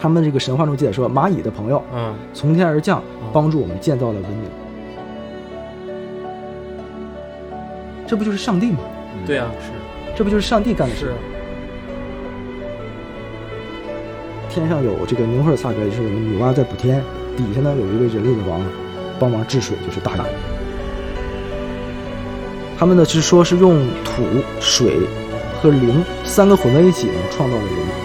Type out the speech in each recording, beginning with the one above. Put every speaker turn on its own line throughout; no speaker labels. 他们这个神话中记载说，蚂蚁的朋友
嗯，
从天而降，帮助我们建造了文明。这不就是上帝吗？
对啊，是
这不就是上帝干的事
是
吗？，天上有这个尼赫萨格，就是我们女娲在补天，底下呢有一位人类的王，帮忙治水，就是大禹。他们呢是说是用土、水和灵三个混在一起呢，创造了人。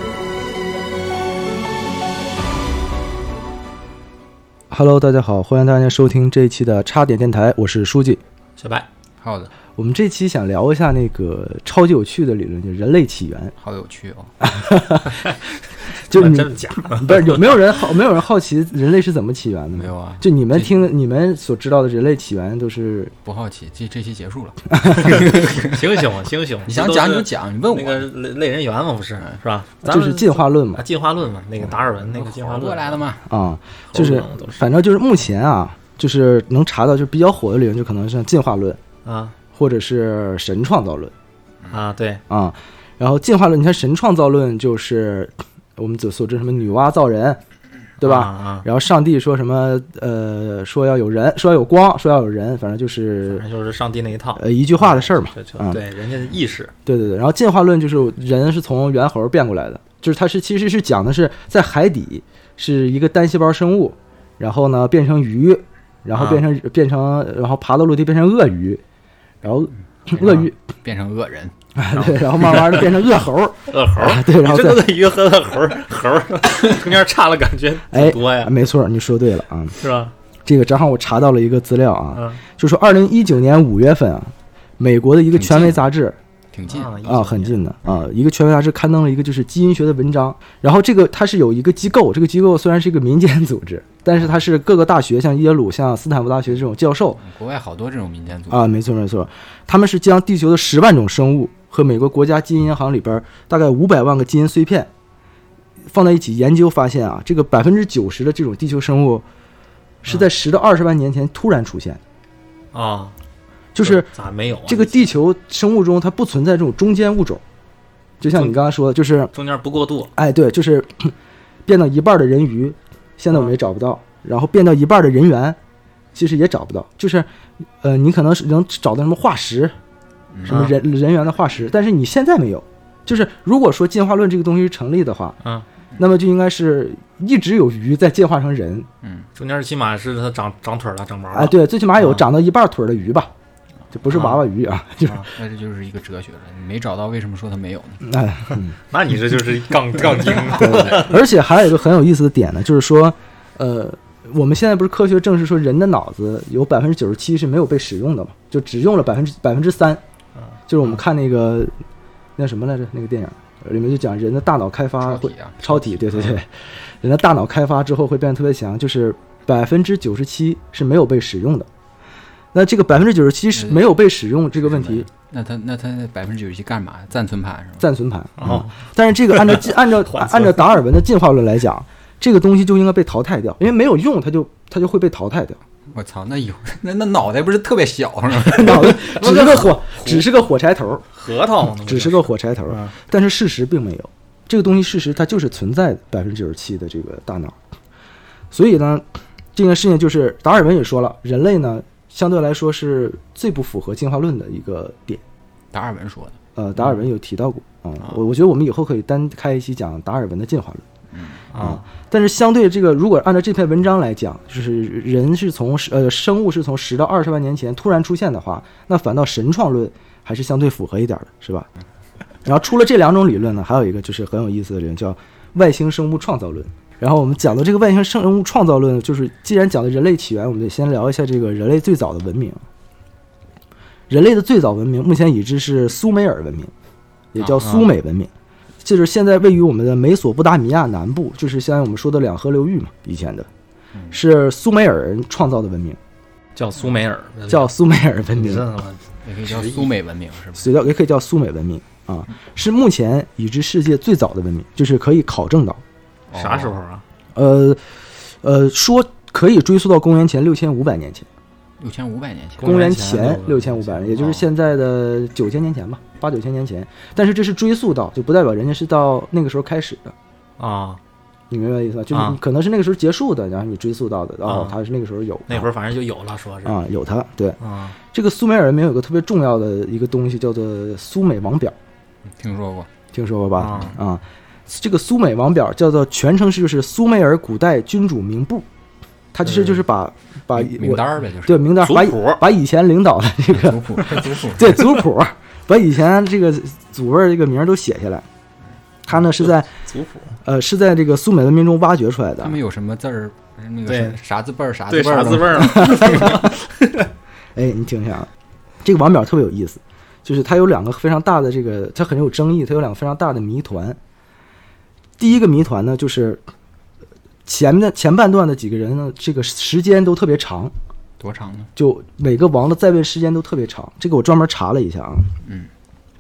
Hello，大家好，欢迎大家收听这一期的插点电台，我是书记。
小白，
好的，
我们这期想聊一下那个超级有趣的理论，就是人类起源。
好有趣哦。
就是 你
真的假的？
不是有没有人好没有人好奇人类是怎么起源的吗？
没有啊，
就你们听你们所知道的人类起源都是
嗯
不好奇。这这期结束了，
醒醒醒醒！
你想
这都
讲你
是
就讲，你问
那
我。
个类类人缘嘛，不是是吧？咱
就
们
是进化论嘛
啊，进化论嘛，那个达尔文那个进化论
过来的，嘛，
哎
啊、
猴子
就是
嘛都是
反正就是目前啊，就是能查到就比较火的理论，就可能像进化论
啊
或者是神创造论
啊，对，
啊、然后进化论，你看神创造论就是我们所所知什么女娲造人，对吧？
啊啊，
然后上帝说什么？呃，说要有人，说要有光，说要有人，反正就是
反正就是上帝那一套
呃呃一句话的事儿嘛。
这这
啊
对人家的意识，
对对对，然后进化论就是人是从猿猴变过来的，就是它是其实是讲的是在海底是一个单细胞生物，然后呢变成鱼，然后变成、变成然后爬到陆地变成鳄鱼，嗯然后鳄 鱼
变成恶人，
对，然后慢慢的变成鳄 猴，
恶猴
啊，对然后
你这都在鱼和恶猴猴儿中间差了感觉挺
哎
多呀，
没错，你说对了啊，
是吧？
这个正好我查到了一个资料啊，
嗯
就说二零一九年五月份啊，美国的一个权威杂志。
挺近。
啊，很，近的啊，一个权威杂志刊登了一个就是基因学的文章，然后这个它是有一个机构，这个机构虽然是一个民间 组织，但是它是各个大学，像耶鲁、像斯坦福大学这种教授
嗯国外好多这种民间组织，
啊，没错没错，他们是将地球的十万种生物和美国国家基因银行里边儿大概五百万个基因碎片放在一起研究，发现啊，这个百分之九十的这种地球生物是在十到二十万年前突然出现的，
啊啊，
就是
咋没有啊
这个地球生物中它不存在这种中间物种，就像你刚刚说的，就是。
中间不过渡，
哎，对，就是 变到一半儿的人鱼，现在我们也找不到。然后变到一半儿的人猿，其实也找不到。就是，呃，你可能是能找到什么化石，什么
嗯
人、人猿的化石，但是你现在没有。就是如果说进化论这个东西是成立的话，
嗯，
那么就应该是一直有鱼在进化成人。
啊
嗯，
中间起码是它长长腿儿了，长毛了，
哎，对，最起码有
啊
长到一半儿腿儿的鱼吧，这不是
啊
娃娃鱼啊，就是
啊
那这就是一个哲学了。你没找到，为什么说他没有呢？
哎，嗯
那你这就是 杠杠精，
而且还有一个很有意思的点呢，就是说，呃，我们现在不是科学证实说人的脑子有百分之九十七是没有被使用的嘛，就只用了百分之百分之三，就是我们看那个那什么来着那个电影。里面就讲人的大脑开发
超
会
体啊
超体，对对对，人的大脑开发之后会变得特别强，就是百分之九十七是没有被使用的。那这个百分之九十七是没有被使用这个问题，
那他那他百分之九十七干嘛？暂存盘是吧？
暂存盘。
哦
嗯但是这 个按照按照
缓存
按照达尔文的进化论来讲，这个东西就应该被淘汰掉，因为没有用，它就它就会被淘汰 掉。
我操，那有那那脑袋不是特别小是吗？
脑子只是个火，只是个火柴头，啊
核桃嘛，那不
只是个火柴头
嗯。
但是事实并没有，这个东西事实它就是存在百分之九十七的这个大脑。所以呢，这件事情就是达尔文也说了，人类呢相对来说是最不符合进化论的一个点。
达尔文说的。
呃，达尔文有提到过啊，我、我觉得我们以后可以单开一期讲达尔文的进化论。
嗯
啊，
但是相对这个，如果按照这篇文章来讲，就是人是从十呃生物是从十到二十万年前突然出现的话，那反倒神创论还是相对符合一点的，是吧？然后除了这两种理论呢，还有一个就是很有意思的理论叫外星生物创造论。然后我们讲到这个外星生物创造论，就是既然讲的人类起源，我们得先聊一下这个人类最早的文明。人类的最早文明目前已知是苏美尔文明，也叫苏美文明。就是现在位于我们的美索不达米亚南部，就是现在我们说的两河流域嘛，以前的，是苏美尔人创造的文明，
叫苏美尔，
叫苏美尔文
你知
明，
道吗？
也可以叫苏美文明是吧？
所以叫也可以叫苏美文明啊，是目前已知世界最早的文明，就是可以考证到，
哦
啥时候啊？
呃，呃，说可以追溯到公元前六千五百年前，
六千五百年前，
公
元
元
前
前六千五百年，也就是
哦
现在的九千年前吧，八九千年前，但是这是追溯到，就不代表人家是到那个时候开始的。
啊，
你明白意思吧？就是
啊
可能是那个时候结束的，然后你追溯到的，
啊，
哦他是那个时候有
那会儿反正就有了，说是
啊，有他。对，
啊，
这个苏美尔文明有个特别重要的一个东西叫做苏美王表，
听说过
听说过吧？
啊
啊，这个苏美王表叫做全称是就是苏美尔古代君主名簿，它其实就是把、
啊
把
名名
我
单儿呗，就是
对名单
族
把以
谱
把以前领导的这个
族谱族谱
对族谱，把以前这个祖辈儿这个名儿都写下来。他呢是在
族谱
呃是在这个苏美文明中挖掘出来
嗯
他
的
们，有什么字儿，那个
对
什么啥字辈儿啥
对
字辈
啥
儿
字
吗
辈儿呢？
哎，你听一下，啊，这个王表特别有意思，就是它有两个非常大的这个，它很有争议，它有两个非常大的谜团。第一个谜团呢，就是前面的前半段的几个人呢，这个时间都特别长，
多长呢？
就每个王的在位时间都特别长。这个我专门查了一下啊，
嗯，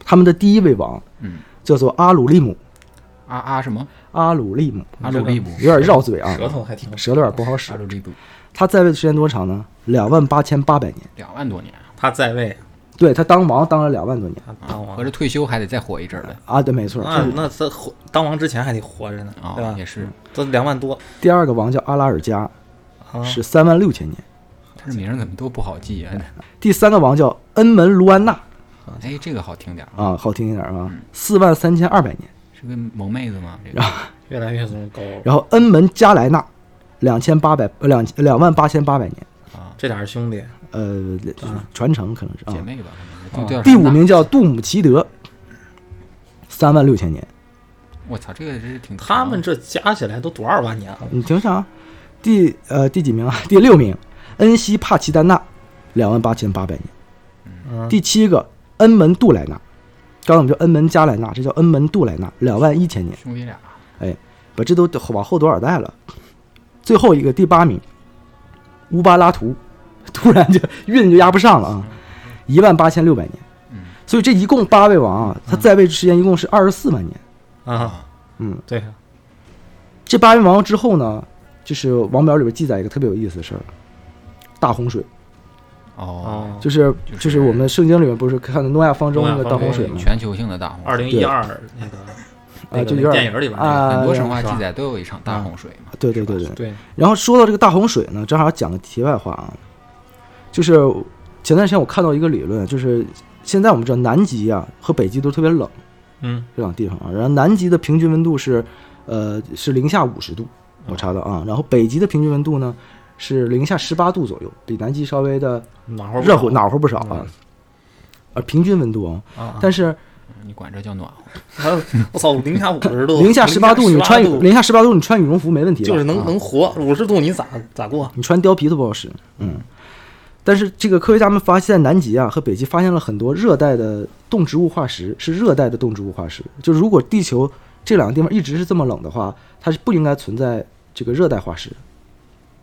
他们的第一位王
嗯，
叫做阿鲁利姆，
阿阿啊什么？
阿鲁利姆，
阿鲁利姆，
有点绕 嘴啊，
舌头还挺
舌头有点不好使
阿。鲁利姆，
他在位的时间多长呢？两万八千八百年，
两万多年，啊
他在位，
对他当王当了两万多年
他
嗯
当
合
王，
着退休还得再活一阵儿呗。
啊，对，没错，
那
就是
那他活当王之前还得活着呢，
哦
啊
对，吧嗯
也？是，
都两万多
第二个王叫阿拉尔加，
啊，
是三万六千年。
这名儿怎么都不好记啊？
第三个王叫恩门卢安娜
嗯
哎，这个好听点儿，
啊，好听一点啊，四万三千二百年。
是个萌妹子吗？这个
越来越这么高。
然后恩门加莱纳，两千八百呃两两万八千八百年，
啊，
这俩是兄弟，
呃，传承可能是
姐
啊。
妹吧，可能是都叫
第
什
五
么娜
名，叫杜姆奇德，三万六千年。
我操，这个真是挺
他们
长
这加起来都多少万年了？
你听啥？第呃第几名啊？ 第六名，恩西帕奇丹娜，两万八千八百年。
嗯，
第七个恩门杜莱纳，刚才我们叫恩门加莱纳，这叫恩门杜莱纳，两万一千年。
兄弟俩，啊
哎，把这都往后多少代了？最后一个第八名，乌巴拉图，突然就运就压不上了啊，一万八千六百年。所以这一共八位王
嗯
啊，他在位时间一共是二十四万年。
啊，
嗯，
对，
这八位王之后呢，就是王表里边记载一个特别有意思的事儿，大洪水，
哦，
啊
哦，
就是
就是
就是我们圣经里面不是看的诺亚方舟
诺亚
那个大
方舟
洪水吗？
全球性的大洪水
二，零一二那个
啊
那
就
个
有点
电影里边
啊
那
很多神话
是吧嗯
记载都有一场大洪水嘛。
对对对对
个，。对，
然后说到这个大洪水呢，正好讲个题外话啊，就是前段时间我看到一个理论，就是现在我们知道南极啊和北极都特别冷，
嗯，
这两个地方啊，然后南极的平均温度是呃是零下五十度，我查到啊，然后北极的平均温度呢是零下十八度左右，比南极稍微的
暖和不嗯
热
了
乎暖和不少啊，呃平均温度啊，
啊，
但是
你管这叫暖和？
还有 我操，零下五十度，
哦零下十八
度
度你穿羽零下十八度你穿羽绒服没问题吧，
就是能
啊
能活，五十度你咋咋过？
你穿貂皮都不好使。嗯，但是这个科学家们发现，南极啊和北极发现了很多热带的动植物化石，是热带的动植物化石。就如果地球这两个地方一直是这么冷的话，它是不应该存在这个热带化石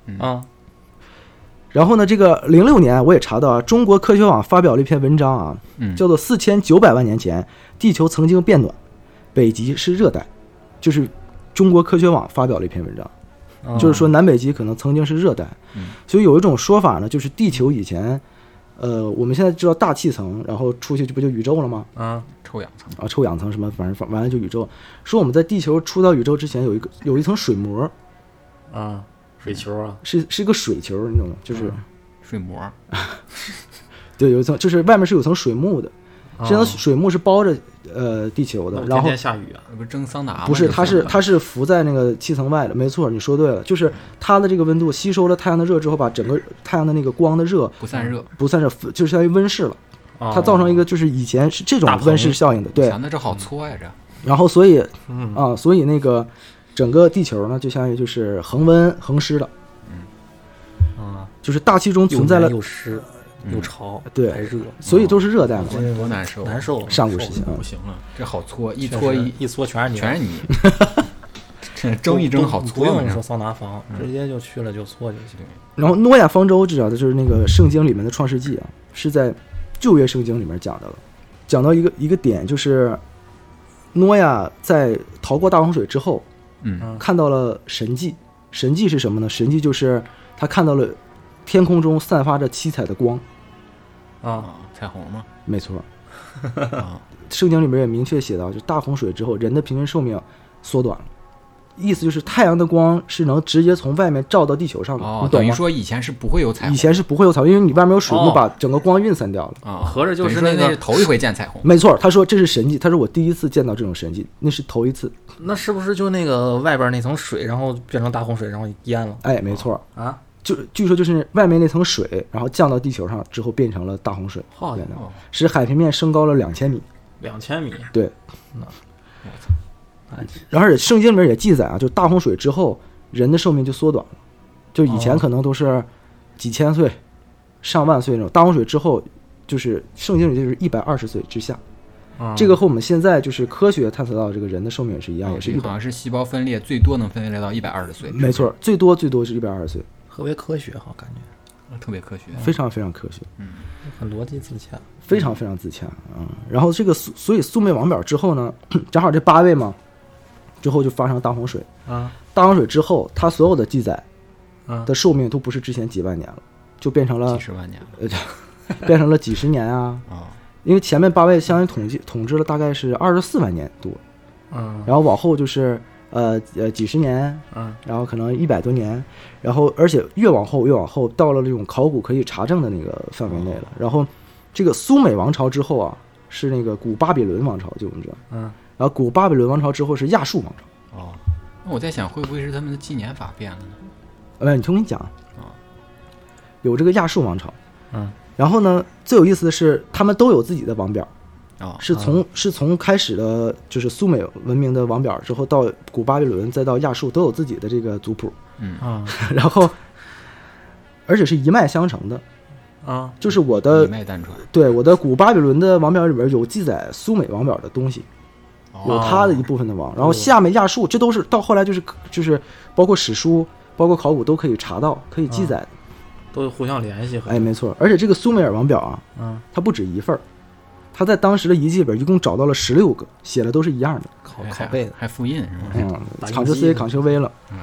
的。
啊，
然后呢，这个零六年我也查到啊，中国科学网发表了一篇文章啊，
嗯，
叫做《四千九百万年前地球曾经变暖，北极是热带》，就是中国科学网发表了一篇文章。
啊
就是说南北极可能曾经是热带，
哦嗯
所以有一种说法呢，就是地球以前，呃，我们现在知道大气层，然后出去就不就宇宙了吗？
啊，
臭氧层
啊，臭氧层什么，反正反完了就宇宙。说我们在地球出到宇宙之前，有一个有一层水膜，
啊，水球啊，
是是一个水球，你懂吗？
嗯
就是、
水膜，
对，有一层就是外面是有层水幕的，
啊
这层水幕是包着呃地球的，
那
然
天
后
天下雨啊，
呃那不是蒸桑拿吗？
不是，
就
它是它是浮在那个气层外的，没错，你说对了，就是它的这个温度吸收了太阳的热之后，把整个太阳的那个光的热
不
嗯
散热。
不算是浮就相当于温室了。
啊
它造成一个就是以前是这种
大棚啊
温室效应的，对
想。那这好搓呀，这
然后所以
嗯
啊，所以那个整个地球呢，就相当于就是恒温恒湿的，
啊，
就是大气中
又
存在了
难，又湿又潮，
对
还热，
所以都是热带嘛。
真
多难受，啊
难受，
上古时期
受
啊
不行了，
这好搓，一
确
搓
实
一
一搓全是泥，
全 是泥。这蒸一蒸好
不
搓嘛
用说
这，
桑拿房，直接就去了就搓就行。
然后诺亚方舟知道的就是那个圣经里面的创世纪啊，是在旧约圣经里面讲到的，讲到一个一个点就是诺亚在逃过大洪水之后，
嗯，
看到了神迹。神迹是什么呢？神迹就是他看到了天空中散发着七彩的光，
啊，
啊，彩虹嘛，
没错，
啊，
圣经里面也明确写到，就大洪水之后，人的平均寿命缩短了，意思就是太阳的光是能直接从外面照到地球上的，
哦
啊你，懂
等于
吗？
说以前是不会有彩虹
以前是不会有彩虹，因为你外面有水幕，
哦
把整个光晕散掉了。
啊，
合着就是
等于说
那
那
个
是头一回见彩虹，
没错，他说这是神迹，他说我第一次见到这种神迹，那是头一次。
那是不是就那个外边那层水，然后变成大洪水，然后淹了
哎，没错，
啊？
就据说就是外面那层水，然后降到地球上之后变成了大洪水，
好家
原来
伙
使海平面升高了两千米。
两千米，
对，
哎
然后而且圣经里面也记载啊，就大洪水之后，人的寿命就缩短了，就以前可能都是几千岁、上万岁那种，大洪水之后，就是圣经里就是一百二十岁之下。
嗯
这个和我们现在就是科学探测到这个人的寿命也是一样，也是一
嗯好
百，
哦像是细胞分裂最多能分裂到一百二十岁，
没错，最多最多是一百二十岁，
特别科学哈，感觉
啊特别科学。
非常非常科学。
很逻辑自洽。
非常非常自洽啊、嗯然后这个苏，所以苏美王表之后呢， 正好这八位嘛，之后就发生了大洪水。
啊
大洪水之后，它所有的记载
啊，
的寿命都不是之前几万年了，就变成了
几十万年了
变成了几十年啊。
啊！
因为前面八位相应统计统治了大概是二十四万年多，
嗯
然后往后就是呃呃几十年，
嗯
然后可能一百多年，然后而且越往后越往后，到了这种考古可以查证的那个范围内了。然后这个苏美王朝之后啊，是那个古巴比伦王朝，就我们知道。
嗯，
然后古巴比伦王朝之后是亚述王朝。
哦，那我在想，会不会是他们的纪年法变了呢？
呃，你听我跟你讲啊，有这个亚述王朝。
嗯。
然后呢，最有意思的是，他们都有自己的王表，
哦，
是从、是从开始的就是苏美文明的王表之后，到古巴比伦，再到亚述，都有自己的这个族谱。
嗯，
啊
然后，而且是一脉相承的，
啊
就是我的
一脉单传。
对我的古巴比伦的王表里边有记载苏美王表的东西，有他的一部分的王，然后下面亚述这都是到后来就是就是包括史书，包括考古都可以查到，可以记载的。
都互相联系。
哎，没错，而且这个苏美尔王表啊，
嗯，
它不止一份儿，它在当时的遗迹里边一共找到了十六个，写的都是一样的。
拷
还
拷贝的，
还复印是吗？
嗯
打，印
c t r l
机
C c t r l V 了。
嗯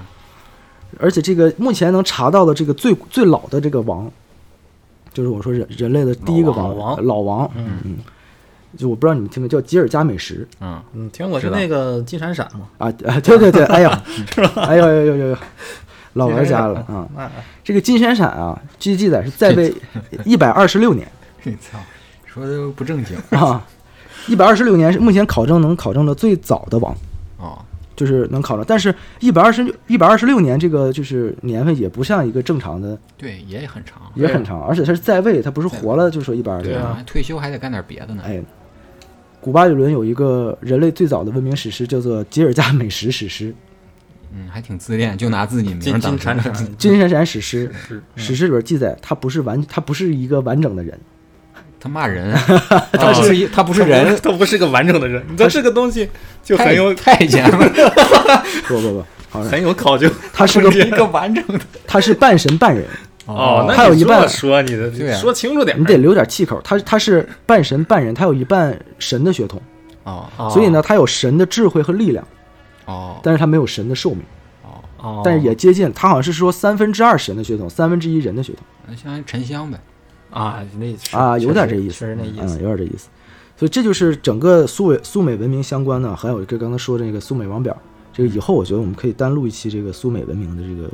而且这个目前能查到的这个最最老的这个王，就是我说人人类的第一个
老
王
王
老王，嗯嗯，就我不知道你们听没，叫吉尔加美什
嗯，
嗯，听过是
知道
那个金闪闪吗？
啊，啊对对对，哎呀，哎呦呦呦呦呦，老玩家了啊！
那
这个金闪闪啊，据记载是在位一百二十六年
你操，说的不正经
啊，一百二十六年是目前考证能考证的最早的王，
哦，
就是能考证。但是，一百二十六一百二十六年这个就是年份也不像一个正常的，
对，也很长。
也很长，而且他是在位，他不是活了就说一百二十
对
六。
啊
还退休还得干点别的呢。
哎，古巴比伦有一个人类最早的文明史诗，叫做《吉尔加美什史诗》。
嗯，还挺自恋，就拿自己名
金
儿当
金闪
成
闪，
金闪闪史诗，
是
史诗里边记载，他不是完，他不是一个完整的人，
他 骂人，他不是一，他不是人，
他不是个完整的人。你知道这个东西就很有
太太监 了，
不不不， 好像
很有考究。
他是个
中间
一个完整的。
他是半神半人，
哦，
还
那
有
你
一
这
半
么说你的，
对啊
说清楚点儿。
你得留点气口。他他是半神半人，他有一半神的血统，
哦
所以呢，他有神的智慧和力量，
哦
但是他没有神的寿命，
哦，
哦，
但是也接近。他好像是说三分之二神的血统，三分之一人的血统。
那相当于沉香呗。
啊，那是
啊，有点这
确实
意思，
确实那意
嗯，
思。
有点这意思。所以这就是整个苏美苏美文明相关的，还有这刚才说的那个苏美王表，这个以后我觉得我们可以单录一期这个苏美文明的这个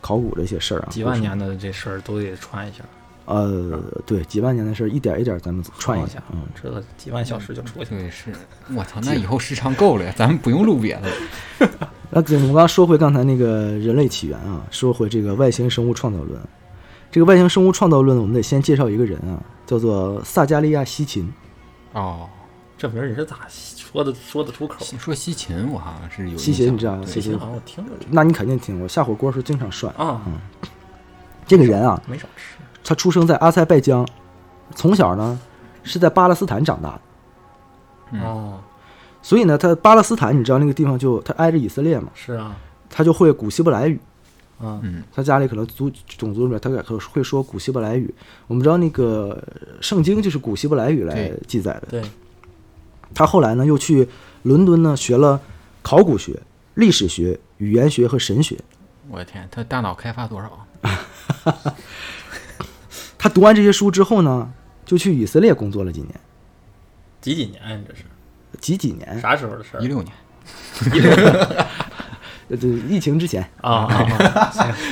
考古的一些事儿啊，
几
或
万
者
年的这事儿都得穿一下，
呃，对，几万年的事儿，一点一点咱们串
一
一
下
下，嗯，
这个几万小时就出去了。
对，是我操，那以后时长够了呀，咱们不用录别的了。
那我们刚刚说回刚才那个人类起源啊，说回这个外星生物创造论。这个外星生物创造论，我们得先介绍一个人啊，叫做萨加利亚西琴。
哦，
这名儿你是咋说的说得出口？
说西秦，我好像是有
西
印
琴
象
你知道吗？
对
西琴
好，像我听着
那你肯定听过，下火锅时候经常涮。
啊，
这个人啊，
没少吃。
他出生在阿塞拜疆，从小呢是在巴勒斯坦长大的，嗯
哦，
所以呢，他巴勒斯坦你知道那个地方就他挨着以色列嘛，
是啊，
他就会古希伯来语，
啊，
嗯，
他家里可能族种族里面他可能会说古希伯来语。我们知道那个圣经就是古希伯来语来
对
记载的。
对，
他后来呢又去伦敦呢学了考古学、历史学、语言学和神学。
我的天，他大脑开发多少？啊
他读完这些书之后呢，就去以色列工作了几年，
几几年啊你这是
几几年？
啥时候的事儿
一？六年，
呃，这疫情之前
啊啊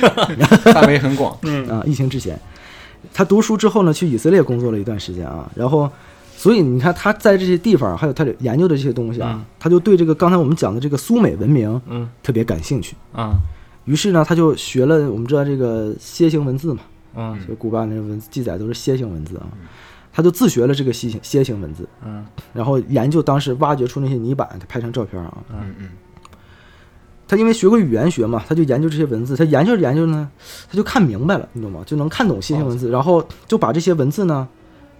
范围很广。
啊，疫情之前，他读书之后呢，去以色列工作了一段时间啊，然后，所以你看他在这些地方，还有他研究的这些东西啊，他就对这个刚才我们讲的这个苏美文明，
嗯，
特别感兴趣。
啊
于是呢，他就学了我们知道这个楔形文字嘛，
嗯
就古巴那个文字记载都是楔形文字啊，他就自学了这个楔形楔形文字，
嗯
然后研究当时挖掘出那些泥板，他拍成照片啊。
嗯嗯，
他因为学过语言学嘛，他就研究这些文字，他研究着研究呢，他就看明白了，你懂吗？就能看懂楔形文
哦
字，然后就把这些文字呢，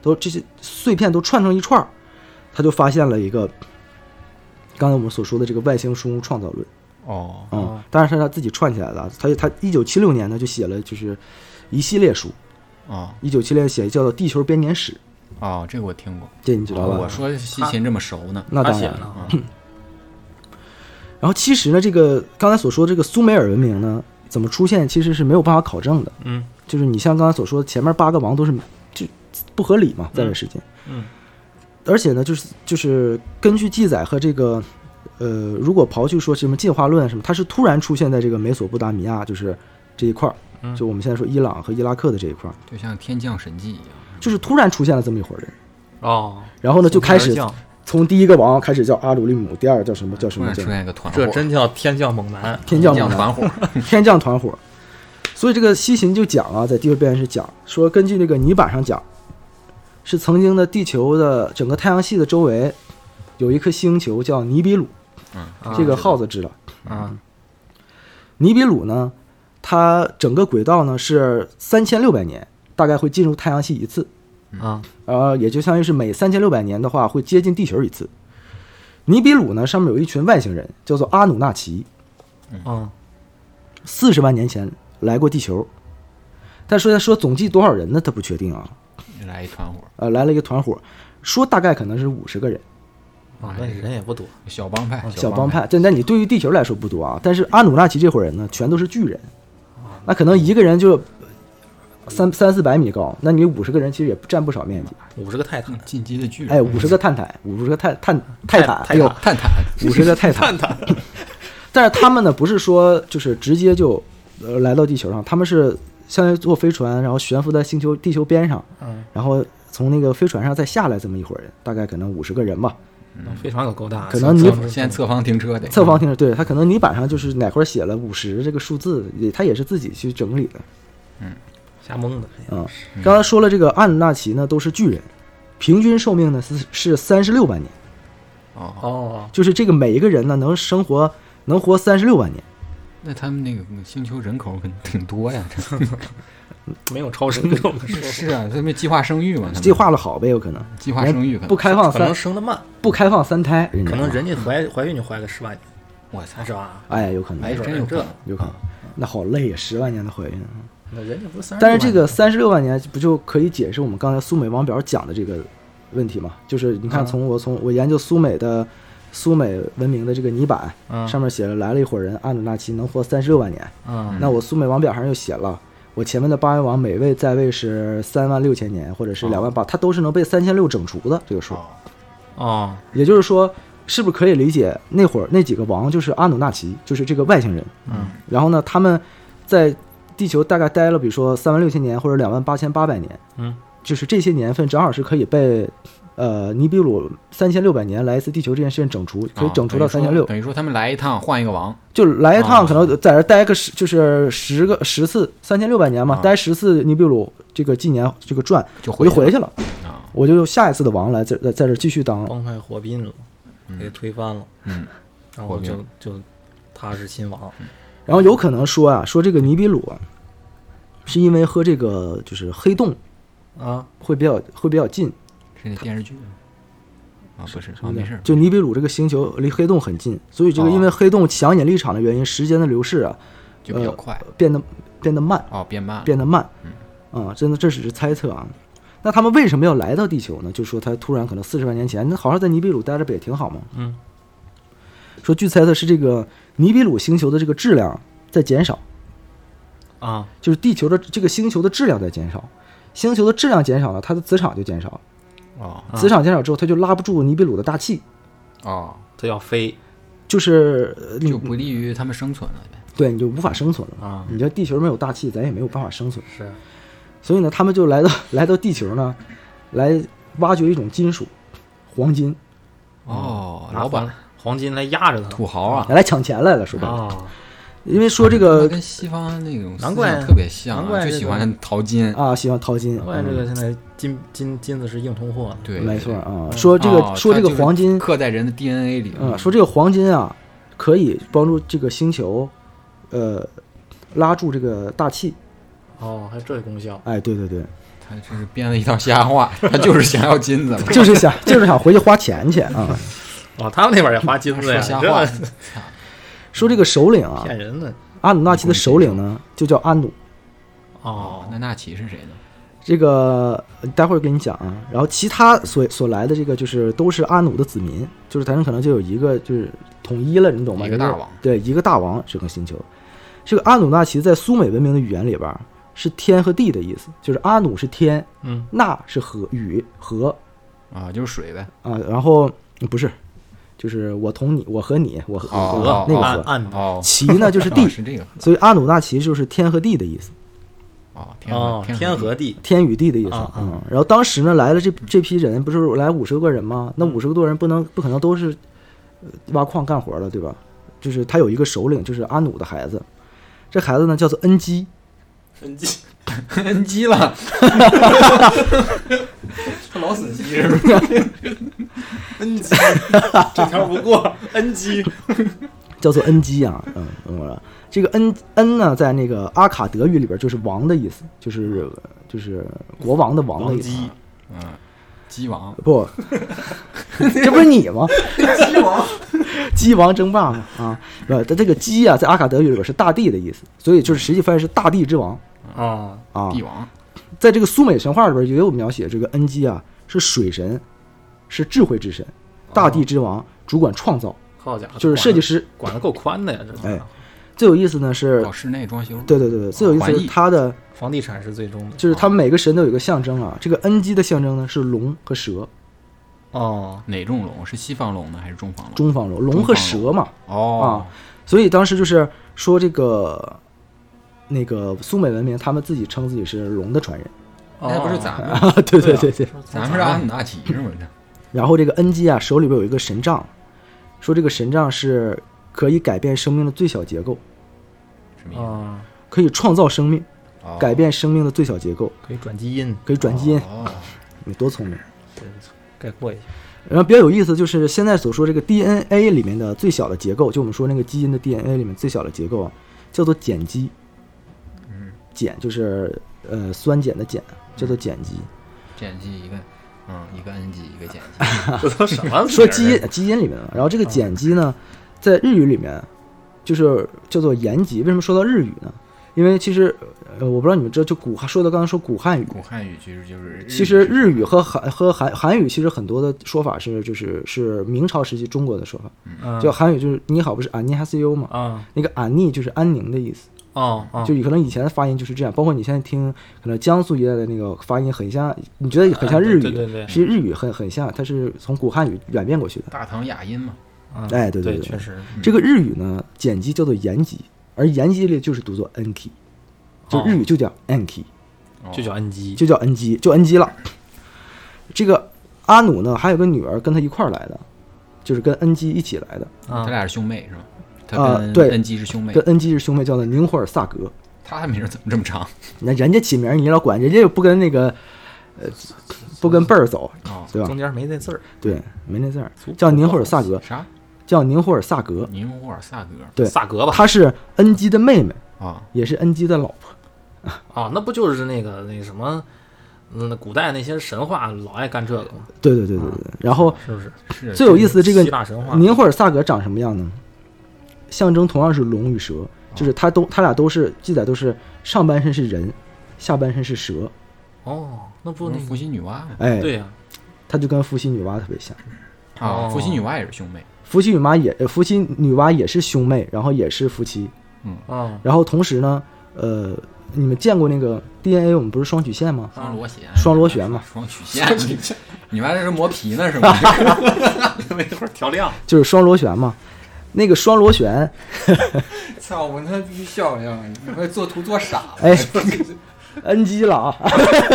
都这些碎片都串成一串儿，他就发现了一个刚才我们所说的这个外星生物创造论。
哦，
嗯
哦，
当然是他自己串起来的啊。他他一九七六年呢就写了就是一系列书，
哦，
一九七六写叫做《地球编年史》，
哦，这个我听过。
这你知道吧？
我说西芹这么熟呢，
那
哦他
当
写
然
的
了。
啊
然后其实呢，这个刚才所说这个苏美尔文明呢，怎么出现其实是没有办法考证的。
嗯
就是你像刚才所说，前面八个王都是就不合理嘛，在这时间。
嗯
而且呢，就是就是根据记载和这个，呃，如果刨去说什么进化论什么，它是突然出现在这个美索不达米亚，就是这一块儿，
嗯
就我们现在说伊朗和伊拉克的这一块儿，
就像天降神迹一样。
就是突然出现了这么一伙人，
哦，
然后呢就开
从
始啊
天而降
从第一个王开始叫阿鲁利姆，第二叫什么叫什
突
么
然
叫
出现一个团伙，
这真叫天降猛男。
天降
天降
猛男
团伙。
天降团伙。所以这个西秦就讲啊，在地球边缘是讲说，根据那个泥板上讲，是曾经的地球的整个太阳系的周围有一颗星球叫尼比鲁，
嗯，
啊
这个耗子知道。
啊
尼比鲁呢，它整个轨道呢是三千六百年，大概会进入太阳系一次，
啊
呃，也就相当于是每三千六百年的话会接近地球一次。尼比鲁呢，上面有一群外星人，叫做阿努纳奇，嗯
啊
四十万年前来过地球，但说说总计多少人呢？他不确定啊。
来一团伙，
呃，来了一个团伙，说大概可能是五十个人，
啊，
哎
那人也不多。
小帮派，
哦小
帮
帮。派。这那你对于地球来说不多啊，但是阿努纳奇这伙人呢，全都是巨人，那可能一个人就三三四百米高，那你五十个人其实也占不少面积。
五十个泰坦，
进击的巨人，
哎，五十个探台，五十个泰探泰坦，哎
泰
呦，
探探，
五十个泰坦。但是他们呢，不是说就是直接就呃来到地球上，他们是相当于坐飞船，然后悬浮在星球地球边上，
嗯，
然后从那个飞船上再下来这么一伙人，大概可能五十个人吧。
那飞船可够大的，
嗯可能你
现在侧方停车的，
侧方听着，对他可能泥板上就是哪块写了五十这个数字，也他也是自己去整理的。
瞎蒙的。
嗯，刚才说了这个阿努纳奇呢都是巨人，平均寿命呢是是三十六万年，
哦，
哦，
就是这个每一个人呢能生活能活三十六万年。
那他们那个星球人口很挺多呀，这
没有超生这 种的事，
是啊，他们计划生育嘛，他们
计划了好呗，有可能
计划生育可
不
能，
开放
可能
三
生的慢，
不开放三胎，人家
可能人家怀怀孕就怀个十万年，
我操，
是吧？
哎有可
没
能
准
真
儿
有
有
可
这
能，
有可能，那好累啊，十万年的怀孕啊。
那人家不是三十，
但是这个三十六万年不就可以解释我们刚才苏美王表讲的这个问题吗？就是你看，
嗯
从我从我研究苏美的苏美文明的这个泥板，
嗯
上面写了来了一伙人，阿努纳奇能活三十六万年。
嗯
那我苏美王表上又写了，我前面的八位王每位在位是三万六千年，或者是两万八，它都是能被三千六整除的这个数。
哦
也就是说，是不是可以理解那会儿那几个王就是阿努纳奇，就是这个外星人？
嗯，
然后呢，他们在地球大概待了，比如说三万六千年或者两万八千八百年，
嗯，
就是这些年份正好是可以被呃尼比鲁三千六百年来一次地球这件事情整除，可以整除到
哦
三千六，
等于说哦他们来一趟换一个王，
就来一趟可能在这待个十就是十个十次三千六百年嘛，
啊
待十次尼比鲁这个纪年这个转
就
我
回
就回去了，
啊，
我就用下一次的王来在在在这继续当
帮派火并了，给推翻了，
嗯，
然后
火
就就他是亲王，
然后有可能说啊，说这个尼比鲁啊，是因为和这个就是黑洞
啊，
会比较会比较近，
是那电视剧吗啊，不是，啊，没事，
就尼比鲁这个星球离黑洞很近，所以这个
哦
因为黑洞强引力场的原因，时间的流逝啊，
就比较快，
呃、变得变得慢，
哦，变慢了，
呃变得慢，
嗯
啊，真的这只是猜测啊。那他们为什么要来到地球呢？就说他突然可能四十万年前，那好好在尼比鲁待着不也挺好吗？
嗯，
说据猜测是这个尼比鲁星球的这个质量在减少，
啊
就是地球的这个星球的质量在减少，星球的质量减少了，它的磁场就减少，
哦
啊
磁场减少之后，它就拉不住尼比鲁的大气，
哦，
他要飞，
就是呃你
就不利于他们生存了呗。
对你就无法生存了嘛
啊
你这地球没有大气，咱也没有办法生存。
是
所以呢，他们就来到来到地球呢，来挖掘一种金属，黄金，
哦，
拿
老板
黄黄金来压着他
土豪啊，
来抢钱来了，说白了。
啊，
因为说这
那
个
跟西方那种思
难怪
想特别像啊，
难怪
就
这
喜
个
欢淘金。
啊，喜欢淘金，嗯
难怪这个现在金金金子是硬通货了。
对，
没
对
错
对
啊。说这个
哦
说
它
这个
就是
黄金，
刻在人的 DNA 里。
嗯，说这个黄金啊，可以帮助这个星球，呃，拉住这个大气。
哦，还有这功效。
哎，对对对，
他这是编了一套瞎 话，他就是想要金子嘛。
就是想就是想回去花钱去啊。
哦，他们那边也花金子
说
呀，
瞎话，
这
操
说这个首领啊，
骗人的。
阿努纳奇的首领呢，就叫阿努。
哦，
那纳奇是谁呢？
这个呃待会儿给你讲啊。然后其他所所来的这个就是都是阿努的子民，就是咱们可能就有一个就是统一了，你懂吗？
一个
就是
大王
对，一个大王整个星球。这个阿努纳奇在苏美文明的语言里边儿是天和地的意思，就是阿努是天，
嗯，
纳是河雨河
啊，就是水呗。
啊，然后不是，就是我同你，我和你，我和
哦
我那个
暗
河。
暗的
哦，
奇呢就是
哦
地，
是这个
所以阿努纳奇就是天和地的意思，
哦，天
哦
河，
天
河
和地
天与地的意思。
啊啊
嗯，然后当时呢来了这这批人，不是来五十个人吗？那五十个多人不能不可能都是呃挖矿干活的，对吧？就是他有一个首领，就是阿努的孩子，这孩子呢叫做恩基，
神机
N G 了，他老死机是不是？
N 级， 这条不过 N 级，
叫做恩基啊，嗯，嗯，这个恩恩呢，在那个阿卡德语里边就是王的意思，就是就是国王的王的
王
意思。啊
姬，
嗯， 鸡王
不， 这不是你吗？ 鸡王，鸡王争霸嘛啊！呃，这这个鸡啊，在阿卡德语里边是大地的意思，所以就是实际翻译是大地之王
啊，
啊。
帝王
在这个苏美神话里边也有描写，这个恩基啊是水神，是智慧之神，大地之王，主管创造，
好家伙，
就是设计师。
啊管得够宽的呀，这
哎，最有意思呢是
搞，室内装修，
对对对对，最有意思
环
是
艺
他的
房地产是最终的。
就是他们每个神都有一个象征啊，这个恩基的象征呢是龙和蛇，
哦，
哪种龙？是西方龙呢，还是中方龙？
中方龙，龙和蛇嘛，啊
哦，
所以当时就是说这个那个苏美文明，他们自己称自己是龙的传人
哎那不是
哦
咱们，
啊，对对对对。
咱们是阿努纳奇是吗？这
然后这个恩基啊，手里边有一个神杖，说这个神杖是可以改变生命的最小结构，
什么意思？
啊，
可以创造生命，
哦
改变生命的最小结构，
可以转基因，
可以转基因，
哦
你多聪明！
对，概括一下。
然后比较有意思就是现在所说这个 DNA 里面的最小的结构，就我们说那个基因的 DNA 里面最小的结构啊，叫做碱基。
嗯，
碱就是呃酸碱的碱，叫做碱基。
剪辑一个，嗯，一个 N G，一个剪辑。
这都什么？
啊
啊
说基因基因里面的嘛，然后这个碱基呢，在日语里面就是叫做盐基。为什么说到日语呢？因为其实呃，我不知道你们知道，就古汉说的刚才说古汉语，
古汉语其实就是，
其实日语和韩和韩韩语其实很多的说法是就是是明朝时期中国的说法，
嗯
就韩语就是你好不是 E 安妮哈西优嘛，
啊
那个安妮就是安宁的意思，
哦哦，
就可能以前的发音就是这样，包括你现在听可能江苏一带的那个发音很像，你觉得很像日语，
啊对对对对
其实日语很很像，它是从古汉语演变过去的。
大唐雅音嘛，
嗯
哎对
对
对对
确实
这个日语呢，简基叫做延基，而延基类就是读作 n k，就
哦
日语就叫 n k，、
哦
就叫 N 基，
就叫 n 基，就 n 基了。这个阿努呢，还有个女儿跟他一块儿来的，就是跟 n 基一起来的，
啊
他俩是兄妹是吗？他
啊
跟
对
N G 是兄妹
跟，N 基是兄妹，叫做宁霍尔萨格。
他名儿怎么这么长？
那人家起名儿你老管，人家又不跟那个，呃，不跟辈儿走，
哦，
对吧
中？间没那字儿。
对，没那字儿，叫宁霍尔萨格，
啥？
叫宁霍尔萨格，
尼霍尔萨格
对
萨格吧？
她是 n 基的妹妹，
啊，
也是 n 基的老婆。
啊，那不就是那个那个什么，嗯，那古代那些神话老爱干这个吗？
对对对对对，然后
是不是？
是
哦最有意思的这个
希腊神话
宁霍尔萨格长什么样呢？象征同样是龙与蛇，就是它都它俩都是记载都是上半身是人，下半身是蛇。
哦，那不
不
那
是
个
伏羲女娲吗？
哎，
对呀，
它就跟伏羲女娲特别像。
啊，
哦
伏羲女娲也是兄妹。
伏羲女娲也，呃伏羲女娲也是兄妹，然后也是夫妻，
啊
然后同时呢，呃，你们见过那个 DNA 我们不是双曲线吗？
双螺旋，
双螺旋嘛
双曲线，啊 你你妈这是磨皮呢是吗？
因为一会儿调亮，
就是双螺旋嘛。那个双螺旋，
操！我他妈必须笑一下，你会做图做傻了。
哎 ，NG 了啊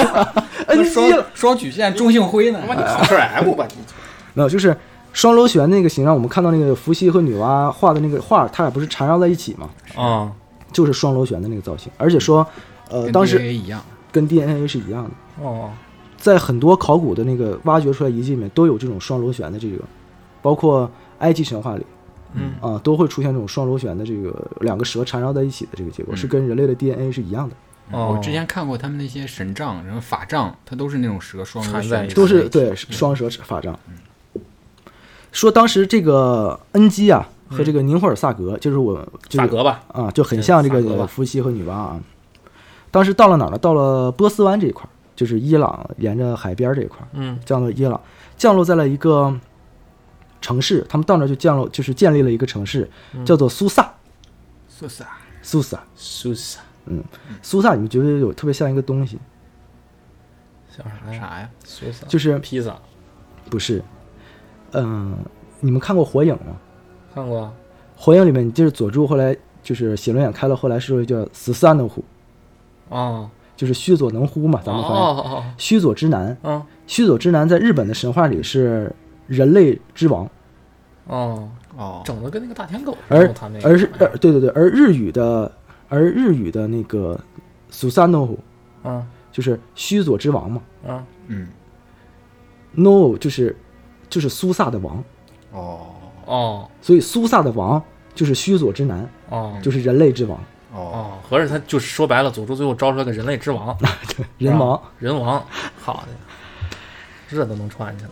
，NG 了
双。双曲线中性灰呢
他？妈你考试 M 吧你！
没有，就是双螺旋那个形状，我们看到那个伏羲和女娲画的那个画，它俩不是缠绕在一起吗？
啊，
就是双螺旋的那个造型，而且说，呃，
跟
当时
DNA 一样，
跟 DNA 是一样的，
哦，
在很多考古的那个挖掘出来遗迹里面都有这种双螺旋的这个，包括埃及神话里
嗯
啊、都会出现这种双螺旋的这个两个蛇缠绕在一起的这个结
嗯
果，是跟人类的 DNA 是一样的，
哦，
我之前看过他们那些神杖，然后法杖，它都是那种蛇双螺
缠在
旋
一起
的，
都是
嗯
对双蛇法杖。说当时这个恩基啊和这个宁霍尔萨格，就是我就是
嗯萨格吧，
啊，就很像这
这萨格
个
吧
伏羲和女娲啊。当时到了哪儿呢？到了波斯湾这一块儿，就是伊朗沿着海边儿这一块儿，
嗯
降落伊朗，降落在了一个城市，他们到那儿就降落，就是建立了一个城市，
嗯
叫做苏萨，
是啥？
苏萨，
苏萨，
嗯，苏萨，你们觉得有特别像一个东西？
像啥呀？
啥呀？
苏萨
就是
披萨，
不是？嗯、你们看过《火影》吗？
看过
《火影》里面就是佐助后来就是写轮眼开了，后来说叫十三能乎，
啊？
就是须佐能乎嘛，咱们翻译、
哦
须佐之男。
哦哦
须佐之男在日本的神话里是人类之王，
哦，
哦，
整的跟那个大舔狗似
而
的，他那个哎
而是呃对对对，而日语的而日语的那个 Susano
嗯
就是须佐之王嘛
嗯
嗯，
，No 就是就是苏萨的王，
哦
哦
所以苏萨的王就是须佐之男，
哦
就是人类之王，
哦，
哦，合着他就是说白了，佐助最后招出来个人类之王，
人王
人王，好的，这都能串起来，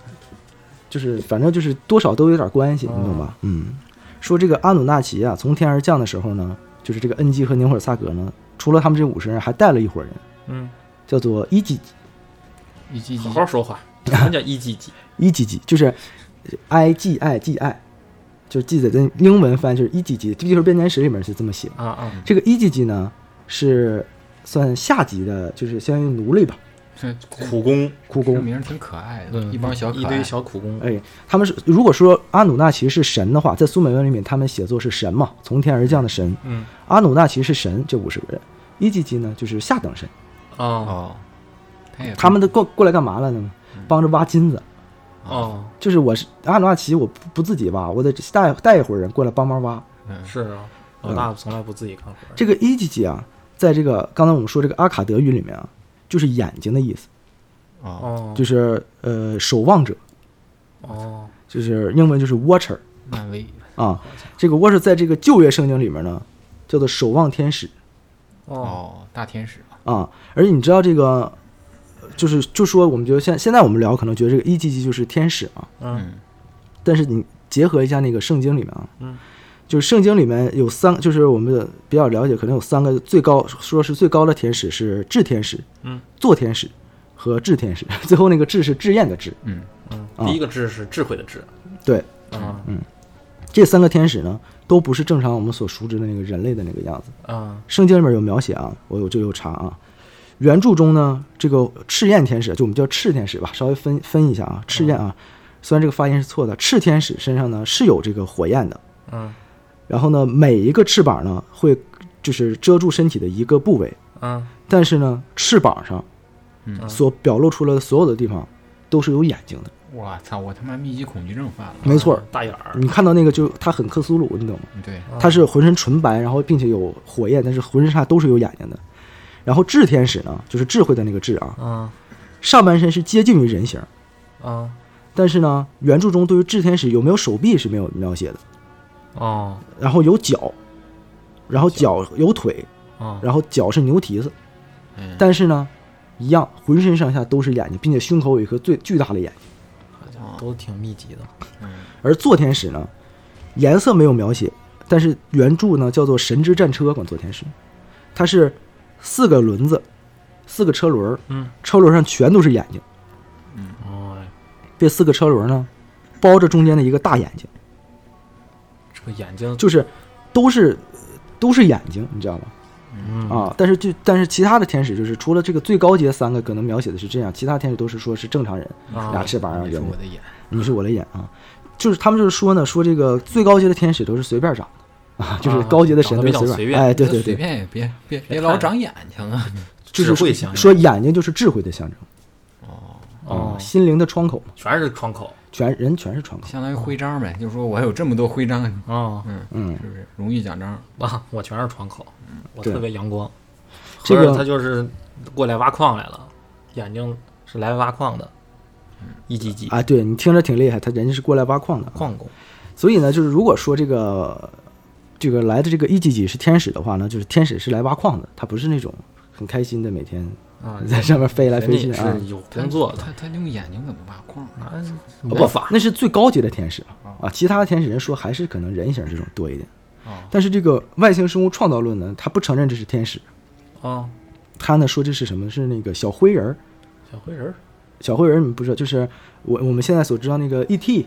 就是反正就是多少都有点关系，你懂
哦
吧？嗯，说这个阿努纳奇啊，从天而降的时候呢，就是这个恩基和宁火萨格呢，除了他们这五十人，还带了一伙人，
嗯，
叫做伊吉
一季季
好好说话，什么叫一 G G？
一几几，就是 i g i g i，就是记载在英文翻就是一几几，这就是编年史里面是这么写的。
啊啊，
这个一几几呢，是算下级的，就是相当于奴隶吧，
这
苦工
苦
这
工。
名儿挺可爱的，
嗯，
一帮小可
一
爱
堆，小苦工，
哎，他们是如果说阿努纳奇是神的话，在苏美文里面他们写作是神嘛，从天而降的神。
嗯
阿努纳奇是神，这五十个人。一几几呢，就是下等神。
啊
哦，他也
他们都过过来干嘛来了呢？帮着挖金子。
哦
就是我是阿努纳奇，我不不自己挖，我得带带一伙人过来帮忙挖。
嗯
是啊，老大从来不自己干活，
嗯这个伊吉吉啊，在这个刚才我们说这个阿卡德语里面啊，就是眼睛的意思，
哦
哦
就是呃守望者，
哦
就是英文就是 watcher
漫威
啊。这个 watcher 在这个旧约圣经里面呢，叫做守望天使
哦
哦，大天使嘛
啊。而且你知道这个，就是就说我们觉得现现在我们聊可能觉得这个伊吉吉就是天使啊，
嗯
嗯
但是你结合一下那个圣经里面啊，
嗯，
就是圣经里面有三，就是我们的比较了解，可能有三个最高，说是最高的天使是炽天使，
嗯，
坐天使和炽天使， 最后那个炽是志焰的志，
嗯，
嗯，
啊
第一个智是智慧的智
对，
啊
嗯这三个天使呢，都不是正常我们所熟知的那个人类的那个样子。
啊
圣经里面有描写啊，我有这个有查啊。原著中呢，这个赤焰天使，就我们叫赤天使吧，稍微分分一下啊，赤焰啊，虽然这个发音是错的，赤天使身上呢是有这个火焰的，
嗯
然后呢，每一个翅膀呢会就是遮住身体的一个部位，
嗯
但是呢，翅膀上
嗯
所表露出来的所有的地方都是有眼睛的。
我操，我他妈密集恐惧症犯了，嗯
没错，
大眼儿
你看到那个就它很克苏鲁，你懂吗？
对，
它是浑身纯白，然后并且有火焰，但是浑身上下都是有眼睛的。然后智天使呢，就是智慧的那个智啊，
啊
上半身是接近于人形，
啊
但是呢，原著中对于智天使有没有手臂是没有描写的，
哦
然后有脚，然后脚有腿，
啊
然后脚是牛蹄子，
嗯，
但是呢，一样浑身上下都是眼睛，并且胸口有一颗最巨大的眼睛。
好像都挺密集的
嗯
而坐天使呢，颜色没有描写，但是原著呢叫做神之战车，管坐天使，它是四个轮子，四个车轮儿，
嗯
车轮上全都是眼睛，
哦
这四个车轮呢，包着中间的一个大眼睛，
这个眼睛
就是都是都是眼睛，你知道吗？
嗯
啊，但是就但是其他的天使就是除了这个最高级的三个，可能描写的是这样，其他天使都是说是正常人，
啊
俩翅膀
你
上
是
人
我的眼，
你是我的眼啊。就是他们就是说呢，说这个最高阶的天使都是随便长的啊，就是
啊
高阶的神都
长得
是
比较
随
随
便，
便
哎，对对对，
随便也别别别老长眼睛啊！
就是
智慧象征
说眼睛就是智慧的象征
哦
啊，，心灵的窗口嘛，
全是窗口
全人全是窗口，
相当于徽章呗，就是说我有这么多徽章，
哦，
嗯，
嗯，
是不是荣誉奖章？
哇，我全是窗口，我
对
特别阳光。
这
合
个
着他就是过来挖矿来了，眼睛是来挖矿的，一级级
啊，对你听着挺厉害，他人家是过来挖矿的啊，
矿工，
所以呢，就是如果说这个这个来的这个一级级是天使的话呢，就是天使是来挖矿的，他不是那种很开心的每天
啊
在上面飞来
人
飞
家
去
也
的啊
是。有工作的，
他他用眼睛怎么挖矿？
啊，
不
魔法，
嗯那是最高级的天使啊，其他的天使人说还是可能人形这种多一点
哦。
但是这个外星生物创造论呢，他不承认这是天使，
哦，
他呢说这是什么？是那个小灰人儿。
小灰人
小灰人儿你不知道，就是我我们现在所知道那个 E.T.
儿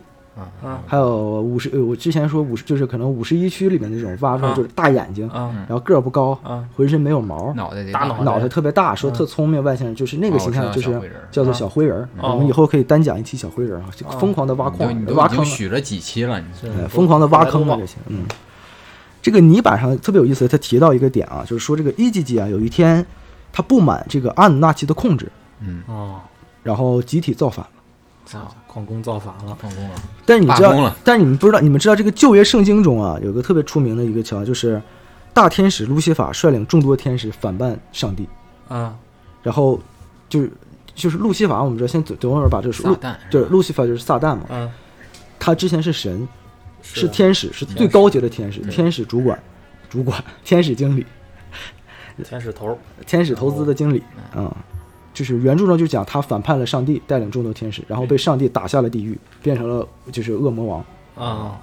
啊
还有五十，呃我之前说五十，就是可能五十一区里面那种挖出来
啊
就是大眼睛，
啊
然后个儿不高，
啊
浑身没有毛，
脑袋得嗯
大脑
脑袋特别大，说特聪明，外星人就是那个形象，
哦
就
我
是
知道小灰人儿
叫做小灰人儿。
哦
我们以后可以单讲一期小灰人儿啊，就
哦
疯狂的挖
你都
矿
你
了、
都
挖
已
坑
经
了，
许了几期了，你
是
哎疯狂的挖坑
后
了
来都
这些。嗯，这个泥板上特别有意思，他提到一个点啊，就是说这个一级级啊，有一天他不满这个阿努纳奇的控制，
嗯，
忘哦，
然后集体造反了。
操，哦矿工造反了，
放工了，
但是你知
罢工
道
了，
但是你们不知道，你们知道这个旧约圣经中啊，有个特别出名的一个桥，就是大天使路西法率领众多天使反叛上帝，
啊
然后就是就是路西法，我们知道，现在总总有人把这个说
撒
路，
旦
对，路西法就是撒旦嘛，
啊，
他之前是神，
是
是天使，是最高级的天使，天使主管，主管天使经理，
天使头儿，
天使投资的经理，嗯。就是原著中就讲他反叛了上帝，带领众多天使，然后被上帝打下了地狱，变成了就是恶魔王，哦
啊，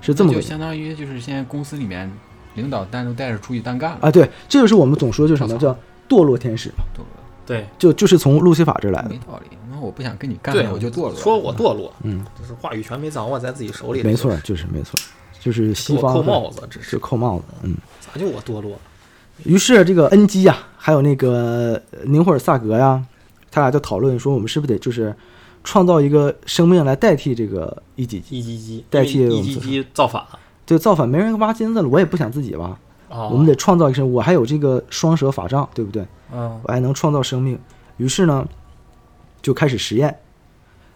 是这么
就
个
相当于就是现在公司里面领导单独带着出去单干了，
啊，对，这就是我们总说就是什么
我
叫堕落天使嘛，
堕
对
就就是从路西法这来的
没，道理。那我不想跟你干
对
了，，我就堕落。
说我堕落，
嗯，
就是话语权没掌握在自己手里，
没错，就是没错，就是西
给我
方
扣
的
帽子，只
是
是
扣帽子，嗯。
咋就我堕落？
于是这个恩基呀、还有那个呃宁霍尔萨格呀、他俩就讨论说，我们是不是得就是创造一个生命来代替这个一己
一级级
代替
因
我
为一
们
级
自己
级造反了，
对，造反没人挖金子了，我也不想自己挖，
哦，
我们得创造一个生，我还有这个双蛇法杖，对不对？
嗯
我还能创造生命。于是呢，就开始实验。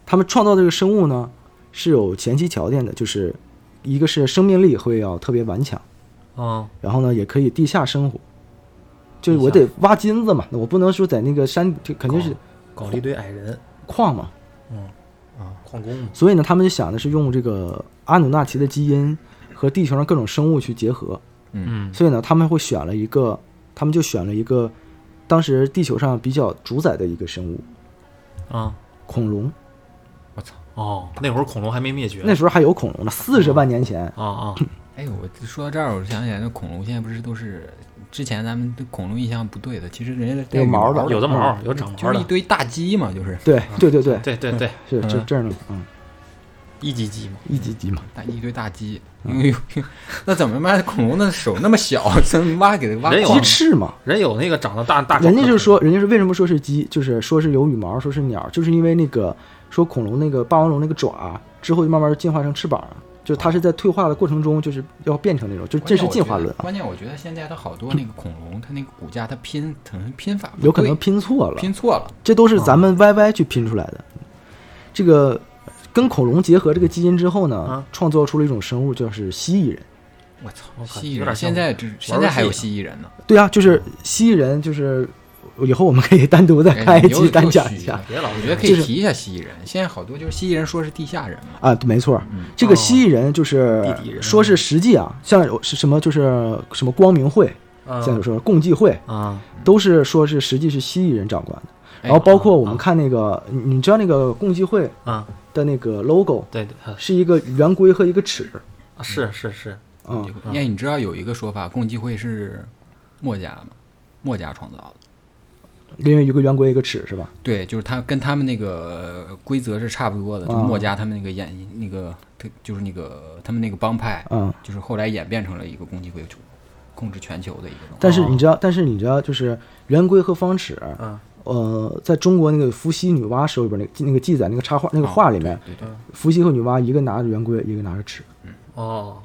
他们创造这个生物呢，是有前期条件的，就是一个是生命力会要特别顽强，
嗯
然后呢，也可以地下生活。就是我得挖金子嘛，那我不能说在那个山，就肯
哦
定是
搞了一堆矮人，
矿嘛。啊
矿工嘛，
所以呢，他们就想的是用这个阿努纳奇的基因和地球上各种生物去结合。
嗯
所以呢，他们会选了一个，他们就选了一个当时地球上比较主宰的一个生物
啊，
——恐龙。
我操！
哦，那会儿恐龙还没灭绝，
那时候还有恐龙呢，四十万年前。
啊啊，
哎，我说到这儿，我想起来，那恐龙现在不是都是之前咱们对恐龙印象不对的，其实人家带
有毛的
的，
有的毛有长
就
毛
是一
的，
堆大鸡嘛，就是
对对对对，
对对对，
是这这样的，嗯，
一级级嘛，
一级级嘛。
大一堆大鸡。
嗯
因为 那怎么嘛？恐龙的手那么小，怎么挖给它挖
人有
鸡
光？
翅嘛，
人有那个长得大大，
人家就是，说，人家是为什么说是鸡，就是说是有羽毛，说是鸟，就是因为那个说恐龙那个霸王龙那个爪之后就慢慢进化成翅膀，就是它是在退化的过程中，就是要变成那种，就这是进化论啊，
关键我觉得现在它好多那个恐龙，它那个骨架它拼，可能拼法不
有可能
对
拼错了，
拼错了。
这都是
啊
咱们 YY 去拼出来的。这个跟恐龙结合这个基因之后呢
啊，
创造出了一种生物，就是蜥蜴人。
我操，
我靠
蜥蜴
有
人
点
现
像
在只现在还有蜥蜴人呢，
对啊，就是蜥蜴人，就是以后我们可以单独再开一期单讲一下。
哎。
别老
我
觉
觉
得
得
可
可
以
就
以
是
提一下蜥蜴人，现在好多就是蜥蜴人说是地下人嘛，嗯
啊，没错儿，这个蜥蜴人就是
哦地底人
说是实际啊，像有是什么就是什么光明会，
嗯
像有时候共济会，
啊
都是说是实际是蜥蜴人掌管的。
哎
然后包括我们看那个，你你知道那个共济会
啊，
的那个 logo
对对啊
是一个圆规和一个尺，
是是是，
啊，
因为你知道有一个说法，共济会是墨家嘛，墨家创造的。
因为一个圆规一个尺是吧？
对，就是他跟他们那个呃规则是差不多的，就
啊
墨家他们那个演那个，他就是那个他们那个帮派，
嗯，
就是后来演变成了一个共济会控制全球的一个东西。
但是你知道，但是你知道，就是圆规和方尺，
嗯，
呃，在中国那个伏羲女娲手里边那个那个记载那个插画那个
哦
画里面，
对对对，
伏羲和女娲一个拿着圆规，一个拿着尺，
哦，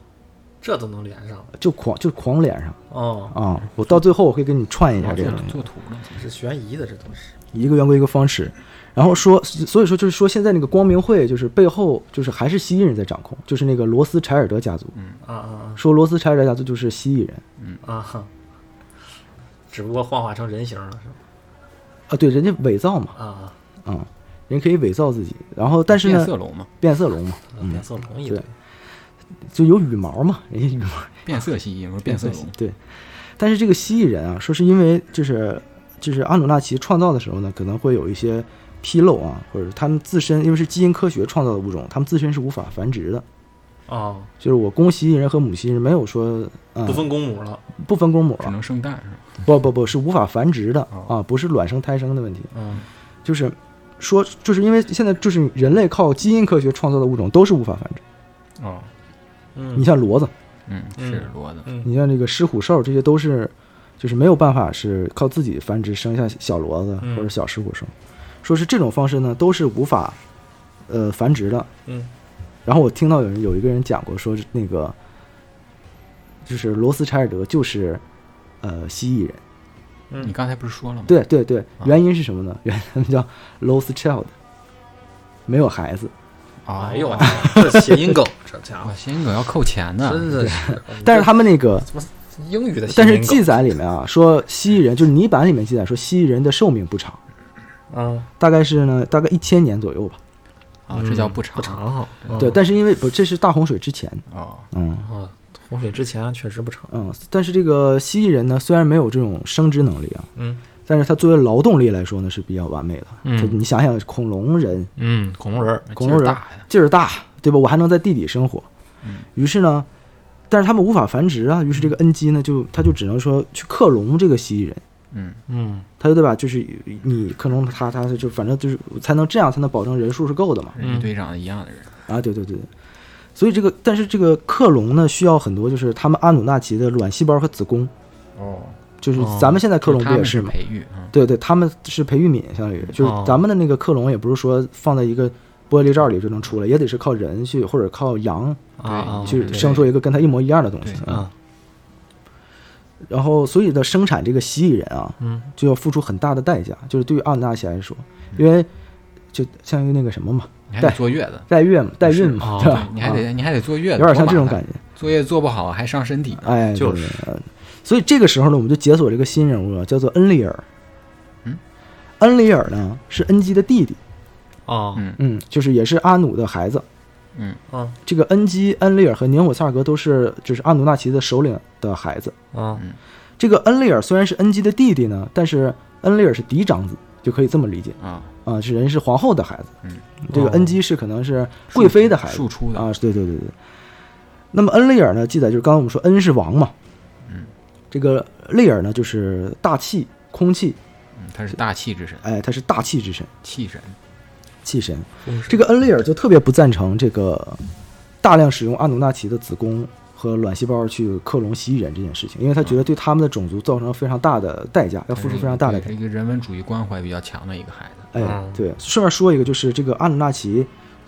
这都能连上
就狂就狂连上
哦，
啊、我到最后我可以给你串一下
哦
这个
这
东西。
做图了，
嗯是悬疑的，这都是
一个圆规一个方尺，然后说，所以说就是说现在那个光明会就是背后就是还是蜥蜴人在掌控，就是那个罗斯柴尔德家族，
嗯
啊啊
说罗斯柴尔德家族就是蜥蜴人
啊啊哈！只不过幻化成人形了，是吧？
啊，对，人家伪造嘛，
啊，
啊、人可以伪造自己，然后但是
变
呢，
色龙嘛，
变色龙嘛，
变色龙一
对
堆，，
就有羽毛嘛， 人家羽毛
变色蜥蜴，不是变色龙，
对，但是这个蜥蜴人啊，说是因为就是就是阿努纳奇创造的时候呢，可能会有一些纰漏啊，或者是他们自身因为是基因科学创造的物种，他们自身是无法繁殖的。
哦，
就是我公蜥蜴人和母蜥蜴人没有说，嗯，
不分公母了，
不分公母
只
了，
能生蛋是吧？
不不不是无法繁殖的啊，不是卵生胎生的问题，
嗯，
就是说，就是因为现在就是人类靠基因科学创造的物种都是无法繁殖。
哦，
嗯
你像骡子，
嗯，是骡子，
嗯
你像这个狮虎兽，这些都是就是没有办法是靠自己繁殖生下小骡子
嗯
或者小狮虎兽，说是这种方式呢都是无法呃繁殖的。
嗯，
然后我听到有人有一个人讲过说是那个就是罗斯柴尔德就是呃蜥蜴人。
嗯
你刚才不是说了吗？
对对对，原因是什么呢？ 原因他们叫 lost child，没有孩子。
哦，
哎呦，这谐音梗，这家
哇，
伙
谐音梗要扣钱的，
真的是，
但是他们那个，
英语的谐
但是
音梗
记载里面啊，说蜥蜴人就是泥板里面记载说蜥蜴人的寿命不长，
啊，
大概是呢大概一千年左右吧。
啊，这叫
不
不长
长哈，嗯
对，但是因为不这是大洪水之前，
哦，
嗯
啊，洪水之前确实不长，
嗯，但是这个蜥蜴人呢，虽然没有这种生殖能力啊，
嗯
但是他作为劳动力来说呢是比较完美的。
嗯
就你想想，恐龙人
嗯，恐龙人儿
恐龙人
劲儿大呀，
劲儿大，对吧？我还能在地底生活。
嗯
于是呢，但是他们无法繁殖啊，于是这个恩基呢，就他就只能说去克隆这个蜥蜴人，
嗯，
嗯
他就对吧？就是你克隆他，他就反正就是才能这样才能保证人数是够的嘛。
人一堆长得一样的人，
啊，对对对。所以这个，但是这个克隆呢，需要很多，就是他们阿努纳奇的卵细胞和子宫，
哦，
就是
哦
咱们现在克隆不
他
也
们
是
是
吗？
培育，嗯，
对对，他们是培育皿，相当于就是
哦
咱们的那个克隆，也不是说放在一个玻璃罩里就能出来，也得是靠人去或者靠羊
啊啊，
去
哦对
生出一个跟它一模一样的东西
对。
嗯
啊，
然后，所以的生产这个蜥蜴人啊，
嗯
就要付出很大的代价，就是对于阿努纳奇来说，
嗯
因为就相当于那个什么嘛，
你还得
对
坐月子，
代孕嘛，代孕
是
嘛，
哦
对吧？啊
你还得你还得坐月
有
子，
点像这种
多麻烦
感觉，
作业做不好还伤身体，
哎，对
就是。
对对所以这个时候呢，我们就解锁这个新人物啊，叫做恩利尔。
嗯，
恩利尔呢是恩基的弟弟，
啊
嗯
嗯，就是也是阿努的孩子。
嗯，
啊
这个恩基、恩利尔和年火萨尔格都是就是阿努纳奇的首领的孩子。
啊
这个恩利尔虽然是恩基的弟弟呢，但是恩利尔是嫡长子，就可以这么理解
啊，
啊、是人是皇后的孩子。
嗯，
这个
哦
恩基是可能是贵妃的孩子
庶出的
啊，对对对对。那么恩利尔呢，记载就是刚刚我们说恩是王嘛，
嗯，
这个利尔呢就是大气、空气，
嗯，他是大气之神，
哎，他是大气之神、
气神，
气神。
风水
这个恩利尔就特别不赞成这个大量使用阿努纳奇的子宫和卵细胞去克隆蜥蜴人这件事情，因为他觉得对他们的种族造成了非常大的代价，要付出非常大的代
这
价。
个人文主义关怀比较强的一个孩子，
哎
嗯，
对，顺便说一个，就是这个阿努纳奇。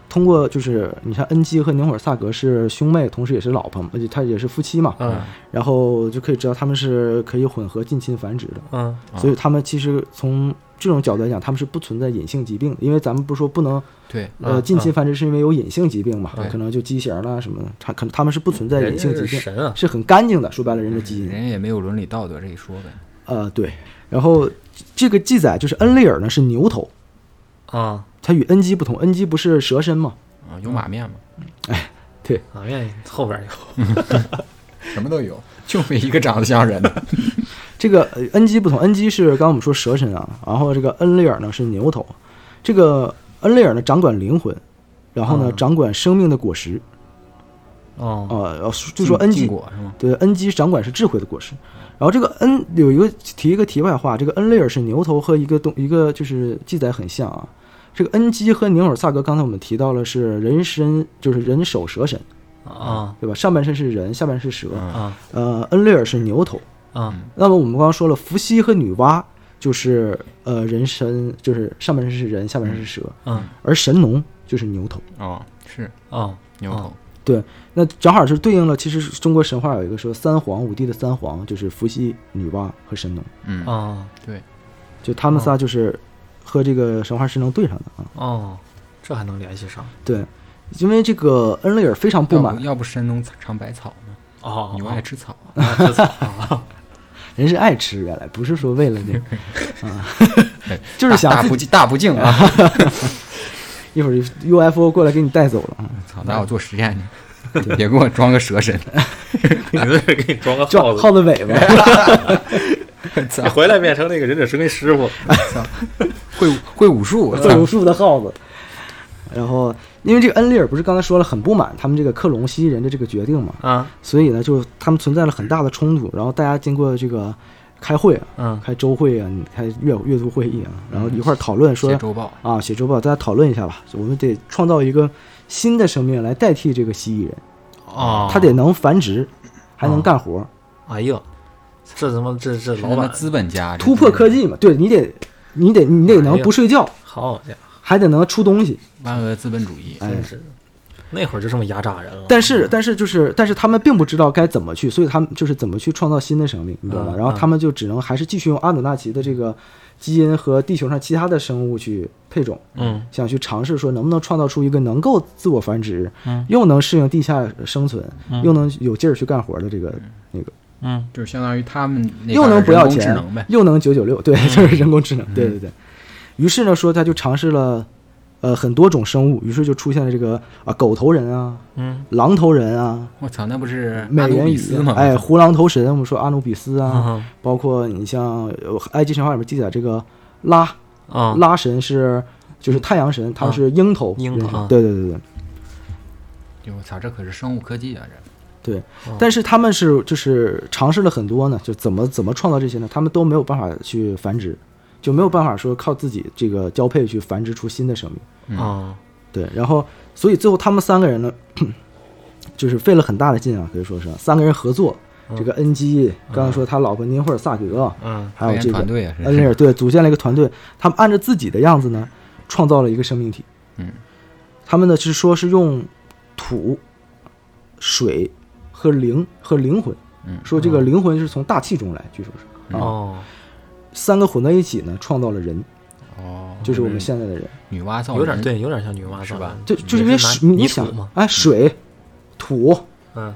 通过就是你看恩基和宁火萨格是兄妹，同时也是老婆嘛，而且他也是夫妻嘛，
嗯
然后就可以知道他们是可以混合近亲繁殖的。
嗯
啊
所以他们其实从这种角度来讲，他们是不存在隐性疾病的，因为咱们不是说不能
对，
呃
啊
近亲繁殖是因为有隐性疾病嘛，
对
可能就畸形啦啊什么的，他可能他们是不存在
人
隐
家
性疾
是
病，
神啊，
是很干净的。说白了，人的基因
嗯人家也没有伦理道德这一说呗，
呃对，然后这个记载就是恩利尔呢是牛头，
啊
它与恩基不同，恩基不是蛇身嘛，
啊，有马面嘛，
啊，愿意后边有
什么都有， 就没一个长得像人的，
这个呃恩基不同，恩基是刚刚我们说蛇身啊，然后这个恩利尔呢是牛头，这个恩利尔呢掌管灵魂，然后呢
嗯
掌管生命的果实，
哦
呃，呃 就说恩
禁
基
果是吗？
对，恩基掌管是智慧的果实。然后这个恩有一个提一个题外话，这个恩利尔是牛头和一个东一个就是记载很像啊。这个恩基和宁尔萨格，刚才我们提到了是人身，就是人首蛇身，
啊
对吧？上半身是人，下半身是蛇。
嗯
啊
呃，恩利尔是牛头。
啊
那么我们刚刚说了，伏羲和女娲就是呃人身，就是上半身是人，下半身是蛇，
嗯
而神农就是牛头。
哦，是
哦，
牛头，
那正好是对应了，其实中国神话有一个说三皇五帝的三皇就是伏羲、女娲和神农，
嗯，
哦
就他们仨就是和这个神话是能对上的啊。
哦，这还能联系上
对，因为这个恩雷尔非常不
要
满
不，要不神农尝百草呢？
哦，
牛爱吃草啊，
啊 这草啊
人是爱吃，原来不是说为了那个啊， 就是
大
想自
大
己
不敬大不敬啊！
一会儿 UFO 过来给你带走了啊，
操，拿我做实验 去，别给我装个蛇神，
你这是给你装个耗
就
子，
耗子尾巴。
操
你，回来变成那个忍者神龟师傅。
会会武术， 我
会
操
无，数的耗子。然后，因为这个恩利尔不是刚才说了很不满他们这个克隆蜥蜴人的这个决定嘛，
啊，
所以呢，就他们存在了很大的冲突。然后大家经过这个开会啊，
嗯
开周会啊，你开月月度会议啊，然后一块儿讨论说
写周报，
啊，写周报，大家讨论一下吧，我们得创造一个新的生命来代替这个蜥蜴人，
啊
哦，
他得能繁殖，还能干活，
哎呦，这他妈这这
他
老
妈
板
资本家
突破科
技，
技嘛。对你得，你得，你
哎
得能不睡觉，
好家伙，
还得能出东西。
万恶资本主义，
哎
真是的那会儿就这么压榨人了。
但是，但是就是，但是他们并不知道该怎么去，所以他们就是怎么去创造新的生命，你知道吧？
嗯
然后他们就只能还是继续用阿努纳奇的这个基因和地球上其他的生物去配种，
嗯
想去尝试说能不能创造出一个能够自我繁殖，
嗯
又能适应地下生存，
嗯
又能有劲儿去干活的这个那个，
嗯
就是相当于他们那
又能不要
边的人工智
钱
能呗，，嗯
又能九九六，对，就是人工智能，对对对。于是呢，说他就尝试了。呃，很多种生物，于是就出现了这个啊，狗头人啊，
嗯
狼头人啊，
我操，那不是
美
阿努
人
比
鱼
斯吗？
哎，胡狼头神，我们说阿努比斯
嗯
啊，
啊
包括你像呃埃及神话里面记载这个拉
啊
嗯
拉神是就是太阳神，他是鹰头
鹰
人
头
神
啊
对对对对。
我操，这可是生物科技啊！这
对，但是他们是就是尝试了很多呢，就怎么怎么创造这些呢？他们都没有办法去繁殖，就没有办法说靠自己这个交配去繁殖出新的生命。
啊
对，然后所以最后他们三个人呢， 就是费了很大的劲啊，可以说是三个人合作，
嗯
这个恩基刚才说他老婆宁霍尔萨格，
嗯
还有这个
团队啊，
恩利尔对组建了一个团队，他们按照自己的样子呢，创造了一个生命体。
嗯，
他们呢是说是用土、水和灵和灵魂，
嗯
说这个灵魂是从大气中来，据说是啊，
哦，
三个混在一起呢，创造了人，
哦，
就是我们现在的人。
女娲造人
有点，对，有点像女娲
是吧
就就是因为水，你
泥
想
土嘛，
哎，水、土
嗯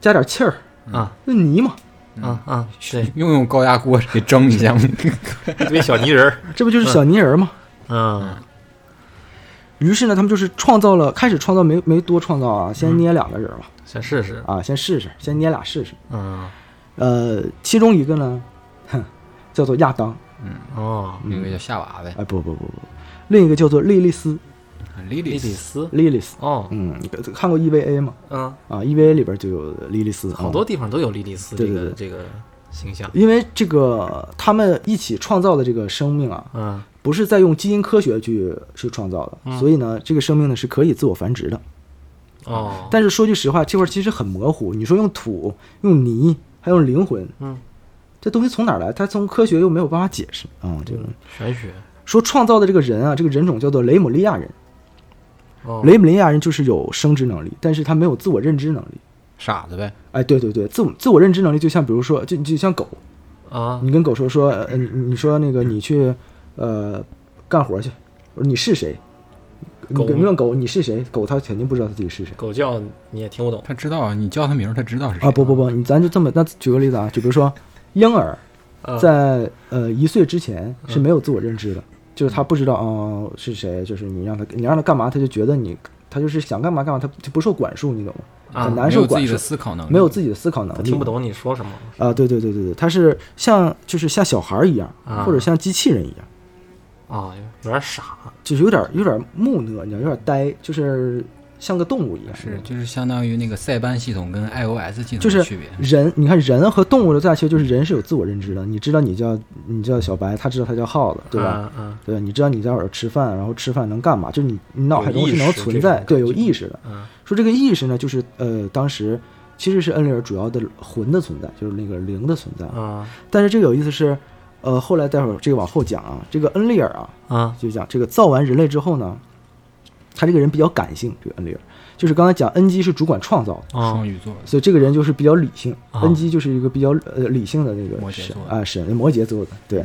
加点气儿，
啊
那泥嘛，
啊啊，对，
用用高压锅给蒸一 下吗？
一堆小泥人儿，
这不就是小泥人嘛？
嗯
于是呢，他们就是创造了，开始创造没没多创造啊，先捏两个人嘛，
先试试，
啊，先试试，先捏俩试试。
嗯
呃，其中一个呢，哼，叫做亚当，啊、
哦，
那个叫夏娃呗，
不不不不，另一个叫做莉莉丝，哎
莉
莉
莉
莉
丝，
丝，
莉莉丝，
哦，
嗯，看过 EVA 吗？
嗯，
啊，EVA 里边就有莉莉丝，
好多地方都有莉莉丝
哦对
这
对
个这个形象
嗯。，因为这个他们一起创造的这个生命啊，
嗯
不是在用基因科学去去创造的，所以呢，这个生命呢是可以自我繁殖的。
哦，
但是说句实话，这块儿其实很模糊。你说用土、用泥，还用灵魂，
嗯，
这东西从哪儿来？它从科学又没有办法解释啊、这个
玄学，
说创造的这个人啊，这个人种叫做雷姆利亚人。
哦，
雷姆利亚人就是有生殖能力，但是他没有自我认知能力。
傻子呗，
哎，对对对，自我自我认知能力就像比如说，就就像狗，
啊
你跟狗说说，呃，你你说那个你去，呃，干活去，我说你是谁？你
狗
跟你问狗你是谁？狗它肯定不知道它自己是谁
狗叫你也听不懂
他知道啊你叫他名儿，他知道是谁
啊！不不不，你咱就这么，那举个例子啊，就比如说婴儿
啊
在呃一岁之前是没有自我认知
嗯
的，就是他不知道哦是谁，就是你让他你让他干嘛，他就觉得你他就是想干嘛干嘛，他就不受管束，你懂吗？
啊
很难
没
受
有自
管
己的
束，
思考能力，
没有自己的思考能
嗯他
力，
听不懂你说什么。
啊！对对对对对，他是像就是像小孩儿一样，
啊
或者像机器人一样。
啊，有点傻，
就是有点有点木讷，你知道，有点呆，就是像个动物一样。
是就是相当于那个塞班系统跟 iOS 系
就
统
是
的区别，
人，你看人和动物的最大区别就是人是有自我认知的，你知道你叫你叫小白，他知道他叫耗子，对吧？
嗯嗯
对，你知道你在哪儿吃饭，然后吃饭能干嘛？就是你你脑海中是能存
有意
在，
识
对，有意识的。
嗯
说这个意识呢，就是呃，当时其实是恩里尔主要的魂的存在，就是那个灵的存在。
嗯
但是这个有意思是，呃，后来待会儿这个往后讲啊，这个恩利尔啊，
啊，
就讲这个造完人类之后呢，他这个人比较感性，这个恩利尔就是刚才讲恩基是主管创造的，
哦
双鱼座，
所以这个人就是比较理性，
啊
恩基就是一个比较呃理性的那个
摩羯
神
座嗯
啊神摩羯座的对，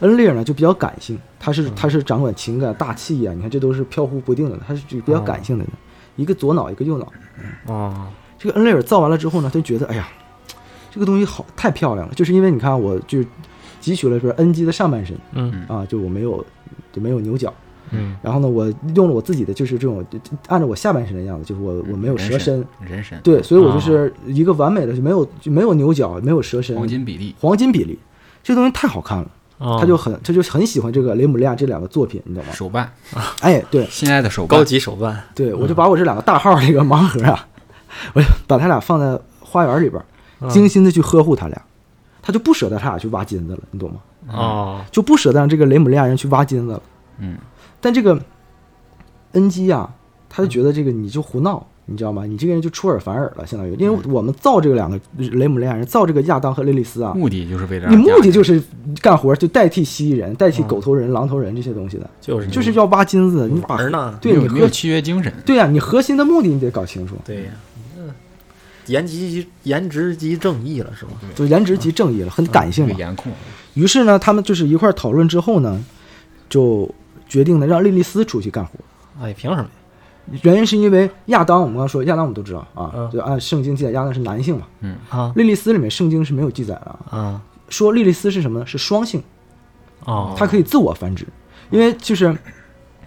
恩利尔呢就比较感性，他是他是掌管情感大气啊，你看这都是飘忽不定的，他是就
哦
比较感性的人，一个左脑一个右脑。
哦，
这个恩利尔造完了之后呢，他就觉得哎呀，这个东西好太漂亮了，就是因为你看我就汲取了说恩基的上半身
嗯
啊，就我没有就没有牛角，
嗯
然后呢我用了我自己的就是这种按照我下半身的样子，就是我我没有蛇身。
人参，
对，所以
啊
我就是一个完美的，就没有就没有牛角，没有蛇身，
黄金啊比例，
黄金比例，这东西太好看了，
哦，
他就很他就很喜欢这个雷姆利亚这两个作品，你懂吗？
手办，
哎，对
心爱的手办
高，级手办，
对，
嗯
我就把我这两个大号这个盲盒啊， 我就把它俩放在花园里边儿，
嗯
精心的去呵护它俩，他就不舍得他俩去挖金子了，你懂吗？
哦，
就不舍得让这个雷姆利亚人去挖金子了。
嗯，
但这个恩基啊，他
嗯
就觉得这个你就胡闹，你知道吗？你这个人就出尔反尔了，相当于，因
嗯
为我们造这个两个雷姆利亚人，造这个亚当和莉莉丝
嗯
啊，
目的就是为了
你
让
目的
家
就
人
是干活，就代替蜥蜴人、代
嗯
替狗头人、狼头人这些东西的，
就是
就是要挖金子。你把
嗯玩儿呢，
对
没
你
有没有
核
契约精神，
对呀、你核心的目的你得搞清楚，
对呀，颜值即颜值即正义了是吗？
就颜值即正义
嗯
了，很感性
这
嘛
个。颜控，
于是呢，他们就是一块儿讨论之后呢，就决定呢让莉莉丝出去干活。
哎，凭什么呀？
原因是因为亚当，我们刚刚说亚当，我们都知道啊
嗯，
就按圣经记载，亚当是男性嘛。
嗯，
啊
莉莉丝里面圣经是没有记载的啊。
啊
说莉莉丝是什么呢？是双性，
哦，
它可以自我繁殖，因为就是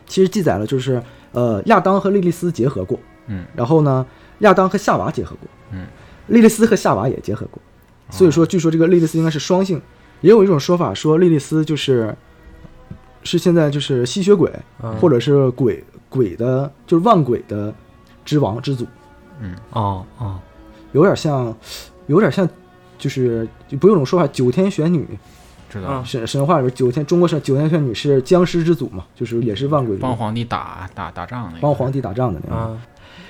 其实记载了，就是呃亚当和莉莉丝结合过，
嗯，
然后呢亚当和夏娃结合过，
嗯，
莉莉丝和夏娃也结合过，
哦
所以说据说这个莉莉丝应该是双性，也有一种说法说莉莉丝就是是现在就是吸血鬼、
嗯
或者是鬼鬼的，就是万鬼的之王之祖，
哦哦
有点像，有点像。就是就不用这种说法，九天玄女
知道
嗯
了，
神神话里边，九天中国神九天玄女是僵尸之祖嘛，就是也是万鬼之
帮
王
皇帝打打打仗那个，
帮皇帝打仗的那种。
啊，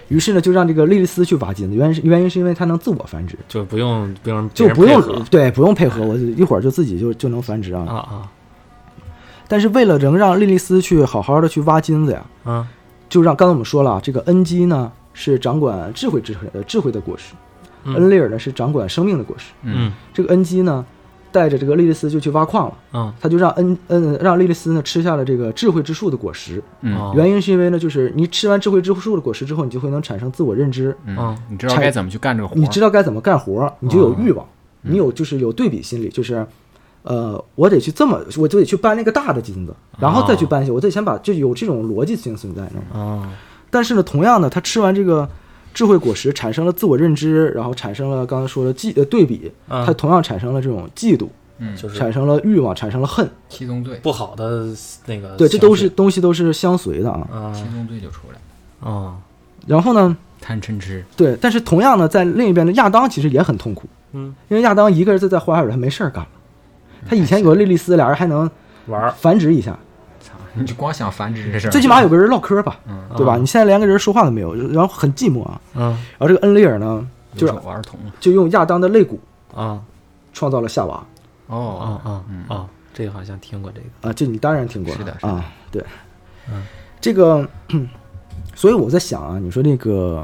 于是呢，就让这个莉莉丝去挖金子，原因是原因是因为它能自我繁殖，
就不用不用
就不
别人
用
配合
对不用配合，我就一会儿就自己就就能繁殖啊。
啊啊
但是为了能让莉莉丝去好好的去挖金子呀，
啊
就让刚才我们说了啊，这个恩基呢是掌管智慧之呃智慧的果实，
嗯
恩利尔呢是掌管生命的果实。
嗯，
这个恩基呢带着这个莉莉丝就去挖矿了，
啊
他就让恩恩让莉莉丝呢吃下了这个智慧之树的果实。
嗯
哦
原因是因为呢，就是你吃完智慧之树的果实之后，你就会能产生自我认知，
嗯
嗯，
你知道该怎么去干这个活儿，
你知道该怎么干活儿，你就有
哦
欲望，你有就是有对比心理，就是，呃，我得去这么，我就得去搬那个大的金子，
哦
然后再去搬小，我得先把就有这种逻辑性存在，你知道吗？
啊
但是呢，同样呢，他吃完这个智慧果实，产生了自我认知，然后产生了刚才说的嫉呃对比，
嗯
他同样产生了这种嫉妒，
嗯，
就是
产生了欲望，产生了恨，
七宗罪，
不好的那个
对，这都
情
是
绪
东西都是相随的啊。
啊
七宗罪就出来了，
啊
然后呢，
贪嗔痴，
对，但是同样呢，在另一边的亚当其实也很痛苦，
嗯，
因为亚当一个人在在花园里，他没事儿干了。他以前有个莉莉丝，俩人还能
玩儿
繁殖一下，
操，你就光想繁殖这事儿，
最起码有个人唠嗑吧，
嗯
对吧？你现在连个人说话都没有，然后很寂寞啊。
啊
然后这个恩利尔呢，就
留
是
守儿童，
就用亚当的肋骨
啊
创造了夏娃
啊
哦，
啊
嗯
啊，这个好像听过这个
啊，这你当然听过了
是的是的嗯
啊，对，这个， 所以我在想啊，你说那个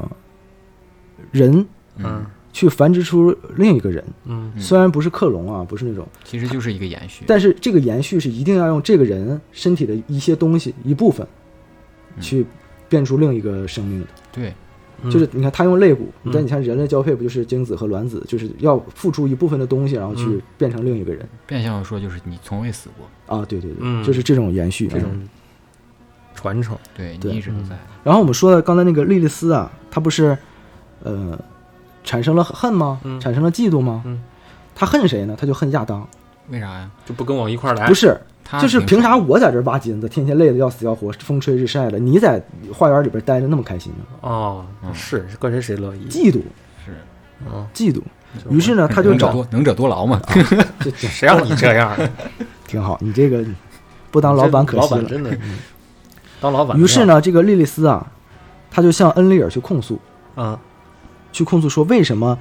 人
嗯
去繁殖出另一个人，
嗯
虽然不是克隆啊，不是那种。
其实就是一个延续，
但是这个延续是一定要用这个人身体的一些东西一部分，去变出另一个生命的。
对，
嗯
就是你看他用肋骨，但你看人类交配不就是精子和卵子，就是要付出一部分的东西，然后
嗯
去变成另一个人。
变相的说就是你从未死过，
啊，对对对，
嗯
就是这种延续。
这种传承
对
对嗯
你一直都在，
然后我们说的刚才那个莉莉丝啊，她不是，呃，产生了恨吗？
嗯
产生了嫉妒吗？
嗯
她恨谁呢？她就恨亚当。
为啥呀？
就不跟我一块儿来
不是，
他
就是凭
凭
啥我在这儿挖金子，天天累得要死要活，风吹日晒的，你在花园里边待着那么开心呢？
哦，是怪谁谁乐意
嫉妒，
是
啊？
嫉妒。于是呢，他就
能者
找
多能者多 劳嘛，
这这
谁让你这样儿？
挺好，你这个不 当老板可
老
惜
板
了。
真的当老板。
于是，呢，这个莉莉丝啊，他就向恩利尔去控诉，
啊
去控诉说为什么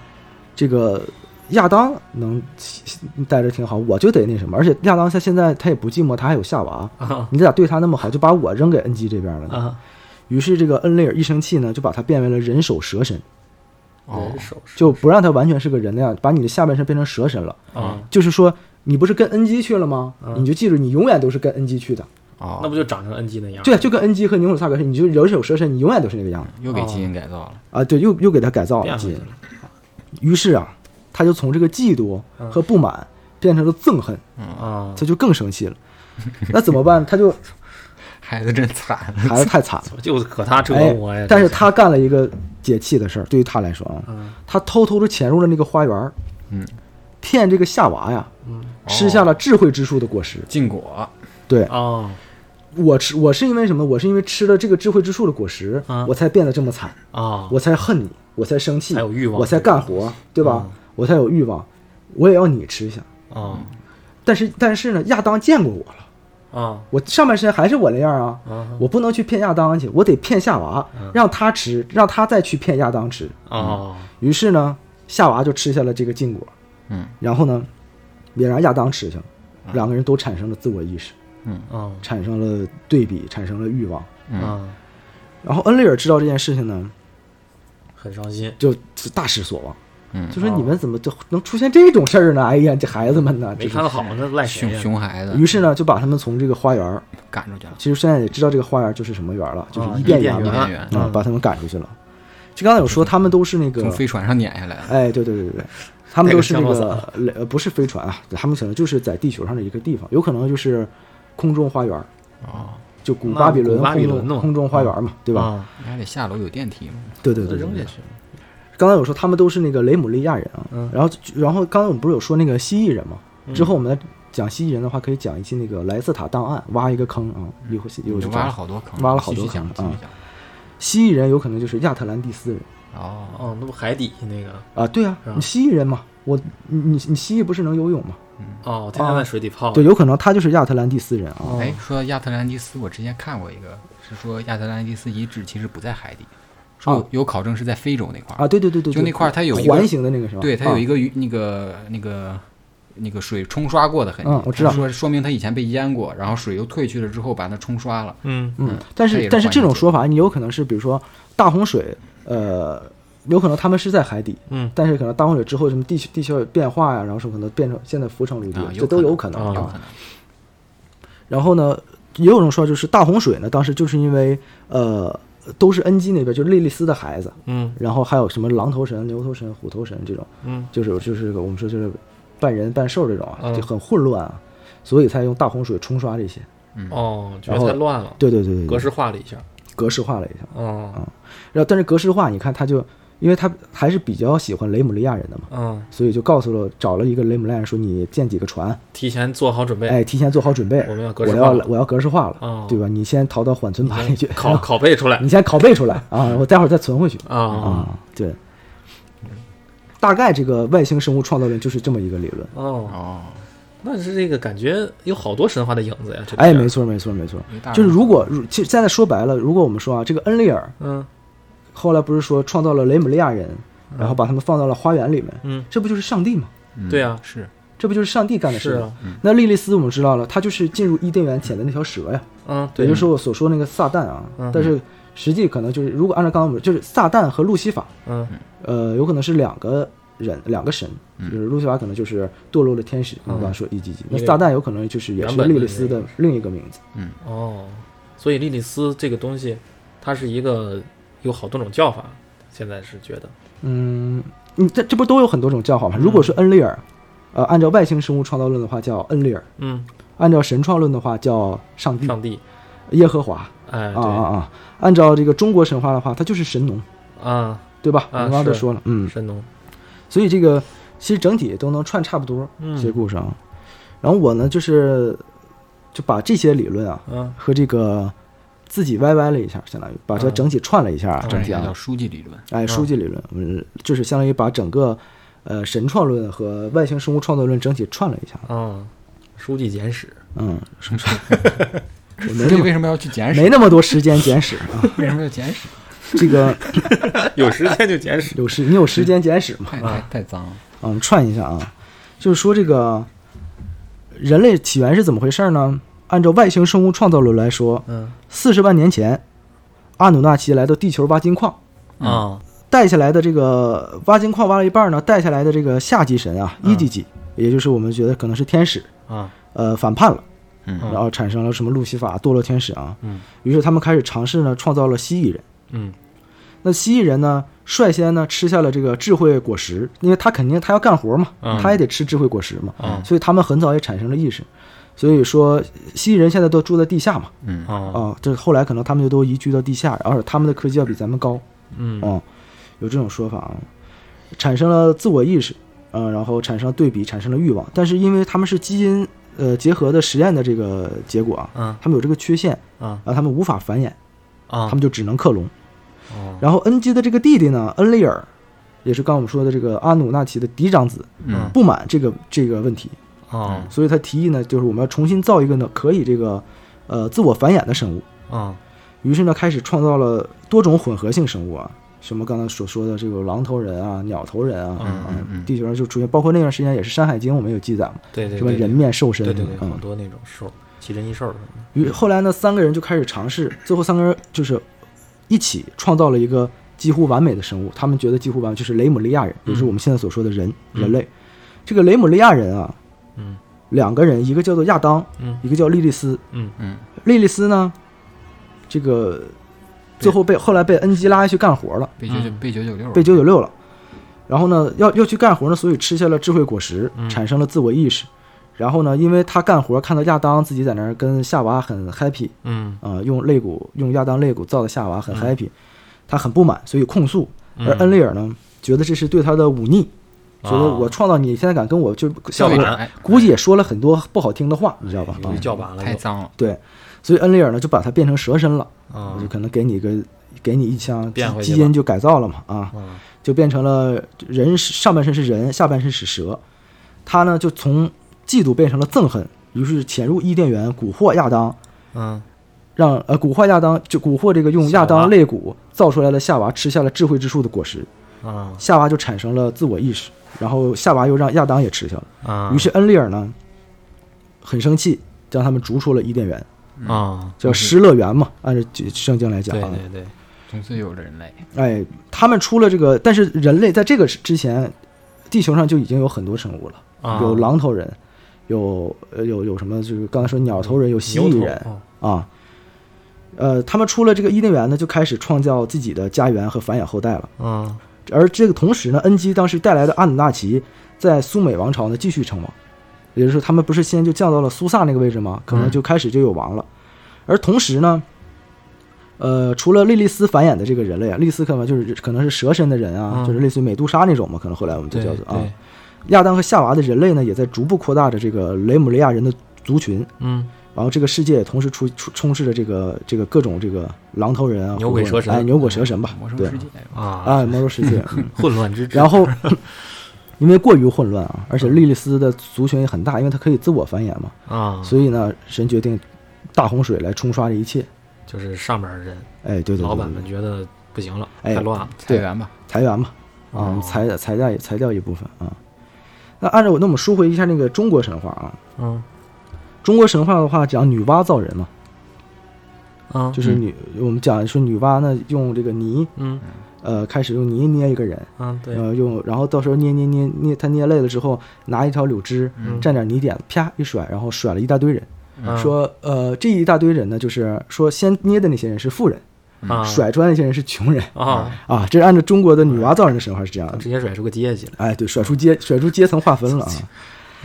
这个亚当能待着挺好，我就得那什么。而且亚当像现在他也不寂寞，他还有夏娃，
啊
你咋对他那么好，就把我扔给恩基这边了呢？
啊，
于是这个恩雷尔一生气呢，就把他变为了人首蛇身，
哦
人，手
就不让他完全是个人那样，把你的下半身变成蛇身了。
啊，
就是说，你不是跟恩基去了吗？
嗯
你就记住，你永远都是跟恩基去的。
哦，
那不就长成 NG 那样？
啊对，就跟恩基和牛首萨克是，你就人首蛇身，你永远都是那个样子
又给基因改造了，
啊！对，又又给他改造了
嗯变
基
回去
因。
了
于是啊，他就从这个嫉妒
嗯
和不满变成了憎恨，
嗯
啊，
他就更生气了。那怎么办？他就
孩子真惨。
孩子太惨了。
就可他折
哎
磨呀！，
但是他干了一个解气的事儿，对于他来说啊，
嗯
他偷偷的潜入了那个花园儿，
嗯，
骗这个夏娃呀，
嗯
吃下了智慧之树的果实。
禁果，
对
哦
我吃，我是因为什么？我是因为吃了这个智慧之树的果实，
啊
我才变得这么惨，
哦，
我才恨你，我才生气，
才有欲望嗯
我才干活，对吧？我才有欲望，我也要你吃一下。
啊
但是，但是呢，亚当见过我了，
啊
我上半身还是我那样啊，
啊
我不能去骗亚当去，我得骗夏娃，
嗯
让他吃，让他再去骗亚当吃。
嗯
啊
于是呢，夏娃就吃下了这个禁果，
嗯，
然后呢，也让亚当吃去了，两个人都产生了自我意识，
嗯
啊
产生了对比，产生了欲望。
嗯
啊，
然后恩利尔知道这件事情呢，
很伤心。
就大失所望，
嗯
就说你们怎么就能出现这种事儿呢？哎呀，这孩子们呢，
没
这是
看好，那赖谁
熊
呀？
熊孩子
于是呢，就把他们从这个花园儿，
赶出去了，
其实现在也知道这个花园儿就是什么园儿了，就是
啊
伊甸园
伊
嘛，
甸
园
啊、
嗯
把他们赶出去了。就刚才有说，他们都是那个
从飞船上撵下来了。
哎，对对对对对，他们都是那
那个降
个呃不是飞船啊，他们可能就是在地球上的一个地方，有可能就是空中花园，
哦，
就古
那
巴比伦
古巴比伦
空中
嘛
空中花园嘛，对吧？
啊？
你还得下楼有电梯吗？
对对对对
扔
对
下
对
去。
刚才有说他们都是那个雷姆利亚人啊，
嗯
然后然后刚才我们不是有说那个蜥蜴人嘛？之后我们讲蜥蜴人的话，可以讲一期那个莱斯塔档案，挖一个坑
嗯
啊，一会儿一会
你
儿
就
就
挖了
讲
好多坑，
挖了好多
继续讲，继
坑
续
啊
讲。
蜥蜴人有可能就是亚特兰蒂斯人
哦，
哦，那不海底那个
啊，对啊，
是吧
你蜥蜴人嘛，我你你你蜥蜴不是能游泳吗？
嗯
哦，我天天在水底泡。
啊对，有可能他就是亚特兰蒂斯人啊。
哦
哎，说到亚特兰蒂斯，我之前看过一个，是说亚特兰蒂斯遗址其实不在海底，说有有考证是在非洲那块儿
啊，，对对对对，
就那块儿它有一个
环形的那个是吧？
对，它有一
个
个鱼那个那个那个水冲刷过的痕迹，
嗯我知道
它说说明它以前被淹过，然后水又退去了之后把它冲刷了。
嗯
嗯
嗯，
但
它也
是
是
但是
环
这种
形的
说法，你有可能是比如说大洪水，呃，有可能他们是在海底，
嗯，
但是可能大洪水之后什么地球地球变化呀，然后说可能变成现在浮城陆地
啊，，
这都有可
可
能
啊
有可能。
然后呢，也有人说就是大洪水呢，当时就是因为呃都是恩基那边就是莉莉丝的孩子，
嗯
然后还有什么狼头神、牛头神、虎头神这种，
嗯
就是就是我们说就是半人半兽这种啊，
嗯
就很混乱啊，所以才用大洪水冲刷这些。
嗯
哦，觉得太乱了，
对对对对，对啊
格式化了一下。
格式化了一下。
嗯
然后，但是格式化，你看他就，因为他还是比较喜欢雷姆利亚人的嘛，
嗯，
所以就告诉了找了一个雷姆利亚人说，你建几个船，
提前做好准备。
哎，提前做好准备，
我
我
们要格式化
要
了
我要格式化了，
哦
对吧？你先逃到缓存 盘里 去，
嗯拷拷贝出来
你先拷贝出来啊，我待会儿再存回去
啊
嗯啊，对。大概这个外星生物创造论就是这么一个理论，
哦，
哦，
那是这个感觉有好多神话的影子呀。这个
哎，
片儿
没错，没错，没错
因为大，
就是
人
如果如其实现在说白了，如果我们说啊，这个恩利尔
嗯
后来不是说创造了雷姆利亚人，然后把他们放到了花园里面，
嗯，
这不就是上帝吗？
嗯
对啊
是
这不就是上帝干的事
是
吗？
啊，
那莉莉丝我们知道了，她就是进入伊甸园捡的那条蛇呀，
嗯
也
对
就，是我所说那个撒旦啊。
嗯
但是实际可能就是，如果按照刚刚我们就是撒旦和路西法，
嗯
呃，有可能是两个人，两个神，就是路西法可能就是堕落的天使，
嗯
我们刚才说一级级，那
一个
撒旦有可能就是也是
原本的
莉莉丝的另一个名字。
哦，所以莉莉丝这个东西，它是一个有好多种叫法，现在是觉得
嗯，你这这不都有很多种叫法吗？如
嗯
果是恩利尔，呃，按照外星生物创造论的话叫恩利尔，
嗯，
按照神创论的话叫上帝、
上帝，
耶和华
哎
嗯啊啊
对
啊！按照这个中国神话的话，它就是神农。
啊，
对吧？我
啊
们刚才都
是
说了，嗯，
神农，
所以这个其实整体都能串差不多这些
嗯
故事啊。然后我呢，就是就把这些理论啊
嗯
和这个自己歪歪了一下，相当于把它
嗯
整体串了一下，
嗯
整
这
体
也叫
啊，
书记理 论。
哎，书记理论，嗯，就是相当于把整个呃神创论和外星生物创造论整体串了一下，
啊，书记简史，
嗯，我没
书记
那么
为什么要去捡屎？
没那么多时间简史啊，
为什么要捡屎？
这个
有时间就简史，
有时你有时间简史吗？
太太太脏了。
嗯，串一下啊，就是说这个人类起源是怎么回事呢？按照外星生物创造论来说，
嗯
四十万年前，阿努纳奇来到地球挖金矿，
啊
带下来的这个挖金矿挖了一半呢，带下来的这个下级神啊，
嗯
一级级，也就是我们觉得可能是天使，
啊
呃，反叛了，
嗯
然后产生了什么路西法、堕落天使啊，
嗯，
于是他们开始尝试呢，创造了蜥蜴人。
嗯
那蜥蜴人呢，率先呢吃下了这个智慧果实，因为他肯定他要干活嘛，
嗯
他也得吃智慧果实嘛，
啊
所以他们很早也产生了意识。所以说，蜥蜴人现在都住在地下嘛，
嗯
啊
啊，这后来可能他们就都移居到地下，而且他们的科技要比咱们高，
嗯
嗯，有这种说法啊，产生了自我意识，呃，然后产生了对比，产生了欲望，但是因为他们是基因呃结合的实验的这个结果啊，
啊
他们有这个缺陷，
啊
啊，他们无法繁衍，
啊
他们就只能克隆。
哦
然后恩基的这个弟弟呢，恩利尔，也是刚我们说的这个阿努纳奇的嫡长子，
嗯
不满这个这个问题，
啊
所以他提议呢，就是我们要重新造一个呢可以这个呃自我繁衍的生物。
啊
于是呢，开始创造了多种混合性生物啊，什么刚才所说的这个狼头人啊、鸟头人啊，
嗯
啊
嗯嗯
地球上就出现，包括那段时间也是《山海经》，我们有记载嘛，
对对
什么
对
人面兽身，
对对对，好
嗯。
多那种兽，奇珍异兽什么
于后来呢，三个人就开始尝试，最后三个人就是一起创造了一个几乎完美的生物，他们觉得几乎完美就是雷姆利亚人，也就是我们现在所说的人、
嗯
人类。这个雷姆利亚人啊，
的，嗯
两个人，一个叫做亚当，
嗯
一个叫莉莉丝。
嗯
嗯
莉莉丝呢，这个最后被后来被恩基拉去干活了。
被九九
嗯
被九九六
被九九六了。然后呢，要要去干活呢，所以吃下了智慧果实，
嗯
产生了自我意识。然后呢，因为他干活看到亚当自己在那儿跟夏娃很 happy，
嗯
呃，用肋骨用亚当肋骨造的夏娃很 happy，、他很不满，所以控诉。而
嗯
恩利尔呢，觉得这是对他的忤逆，觉得
啊
我创造你现在敢跟我就像
叫板
哎
我，估计也说了很多不好听的话，你知道吧？啊
有一，叫板了
太
又
脏了，
对，所以恩利尔呢就把他变成蛇身了，
啊
我就可能给你一个给你一枪基
变回去
基
吧
因就改造了嘛啊，
啊
就变成了人是上半身是人，下半身是蛇。他呢就从嫉妒变成了憎恨，于是潜入伊甸园蛊惑亚当，
嗯
让呃蛊惑亚当就蛊惑这个用
夏娃
亚当肋骨造出来的夏娃吃下了智慧之树的果实，
啊
夏娃就产生了自我意识，然后夏娃又让亚当也吃下了，
啊，
于是恩利尔呢很生气，将他们逐出了伊甸园，
啊，
叫失乐园嘛，按照圣经来讲
对
啊，
对对，
从此有了人类。
哎，他们出了这个，但是人类在这个之前，地球上就已经有很多生物了，
啊
有狼头人，有呃有有什么就是刚才说鸟头人，有蜥
牛
蜴
头
人
啊
啊。呃，他们出了这个伊甸园呢，就开始创造自己的家园和繁衍后代了。
啊
而这个同时呢，恩基当时带来的阿努纳奇在苏美王朝呢继续称王，也就是说他们不是先就降到了苏萨那个位置吗？可
嗯
能就开始就有王了。而同时呢，呃，除了莉莉丝繁衍的这个人类啊，莉莉丝可能就是可能是蛇身的人啊，
嗯
就是类似于美杜莎那种嘛，可能后来我们就
对
叫做啊
对。
亚当和夏娃的人类呢，也在逐步扩大着这个雷姆利亚人的族群，
嗯
然后这个世界也同时出出充斥着这个这个各种这个狼头人啊、
牛鬼
狐头人
蛇神
哎，牛鬼蛇神吧
魔，兽
对
世，界，
啊
啊，魔兽世 界，嗯
混乱之至
然后因为过于混乱啊，而且莉莉丝的族群也很大，因为它可以自我繁衍嘛，
啊，
所以呢，神决定大洪水来冲刷这一切。
就是上面的人
哎，对对对对
老板们觉得不行了，
哎
太乱了，
裁员吧，
裁员嘛，啊、
哦
裁裁掉也裁掉一部分啊。那按照我，那我们说回一下那个中国神话啊，
嗯
中国神话的话讲女娲造人嘛，
啊
就是女、我们讲说女娲呢用这个泥，
嗯
呃，开始用泥捏一个人，
啊对
呃，用然后到时候捏捏捏捏，她捏累了之后拿一条柳枝
嗯
蘸点泥点，啪一甩，然后甩了一大堆人。
啊
说呃这一大堆人呢，就是说先捏的那些人是富人，
啊
甩出来那些人是穷人
啊，
啊，这是按照中国的女娲造人的神话是这样的。
直接甩出个阶级来
哎，对，甩出阶甩出阶层划分了啊。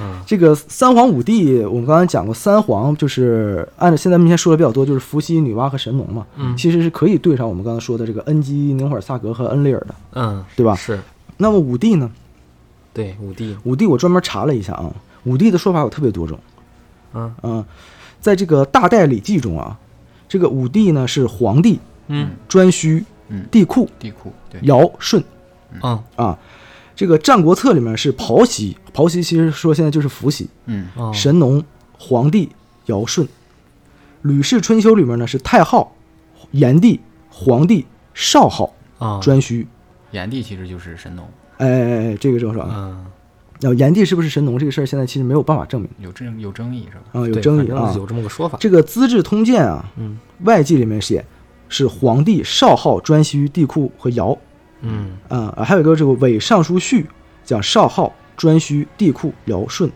啊
这个三皇五帝，我们刚才讲过，三皇就是按照现在目前说的比较多，就是伏羲、女娲和神农嘛，
嗯
其实是可以对上我们刚才说的这个恩基、宁火萨格和恩利尔的，
嗯
对吧？
是
那么五帝呢？
对五帝
五帝我专门查了一下啊，五帝的说法有特别多种。
啊
嗯，在这个《大代礼记》中啊，这个五帝呢是黄帝、
嗯
颛顼、
嗯，
帝喾、
地库对，
尧、舜
啊
啊。这个《战国策》里面是刨羲，刨羲其实说现在就是伏羲、
嗯
啊
神农、黄帝、尧舜。《吕氏春秋》里面呢是太昊、炎帝、黄帝、少昊、
啊
颛顼。
炎帝其实就是神农，
哎哎哎，这个正是啊。
啊
后炎帝是不是神农这个事儿，现在其实没有办法证明
有争有争议是吧？
啊，有
对
争
反
议
正
啊。
有这么个说法。
这个《资治通鉴》啊，
嗯
外记里面写是皇帝少昊专西于帝喾和尧
嗯
啊、还有一个这个《伪尚书序》讲少昊专西帝喾尧舜，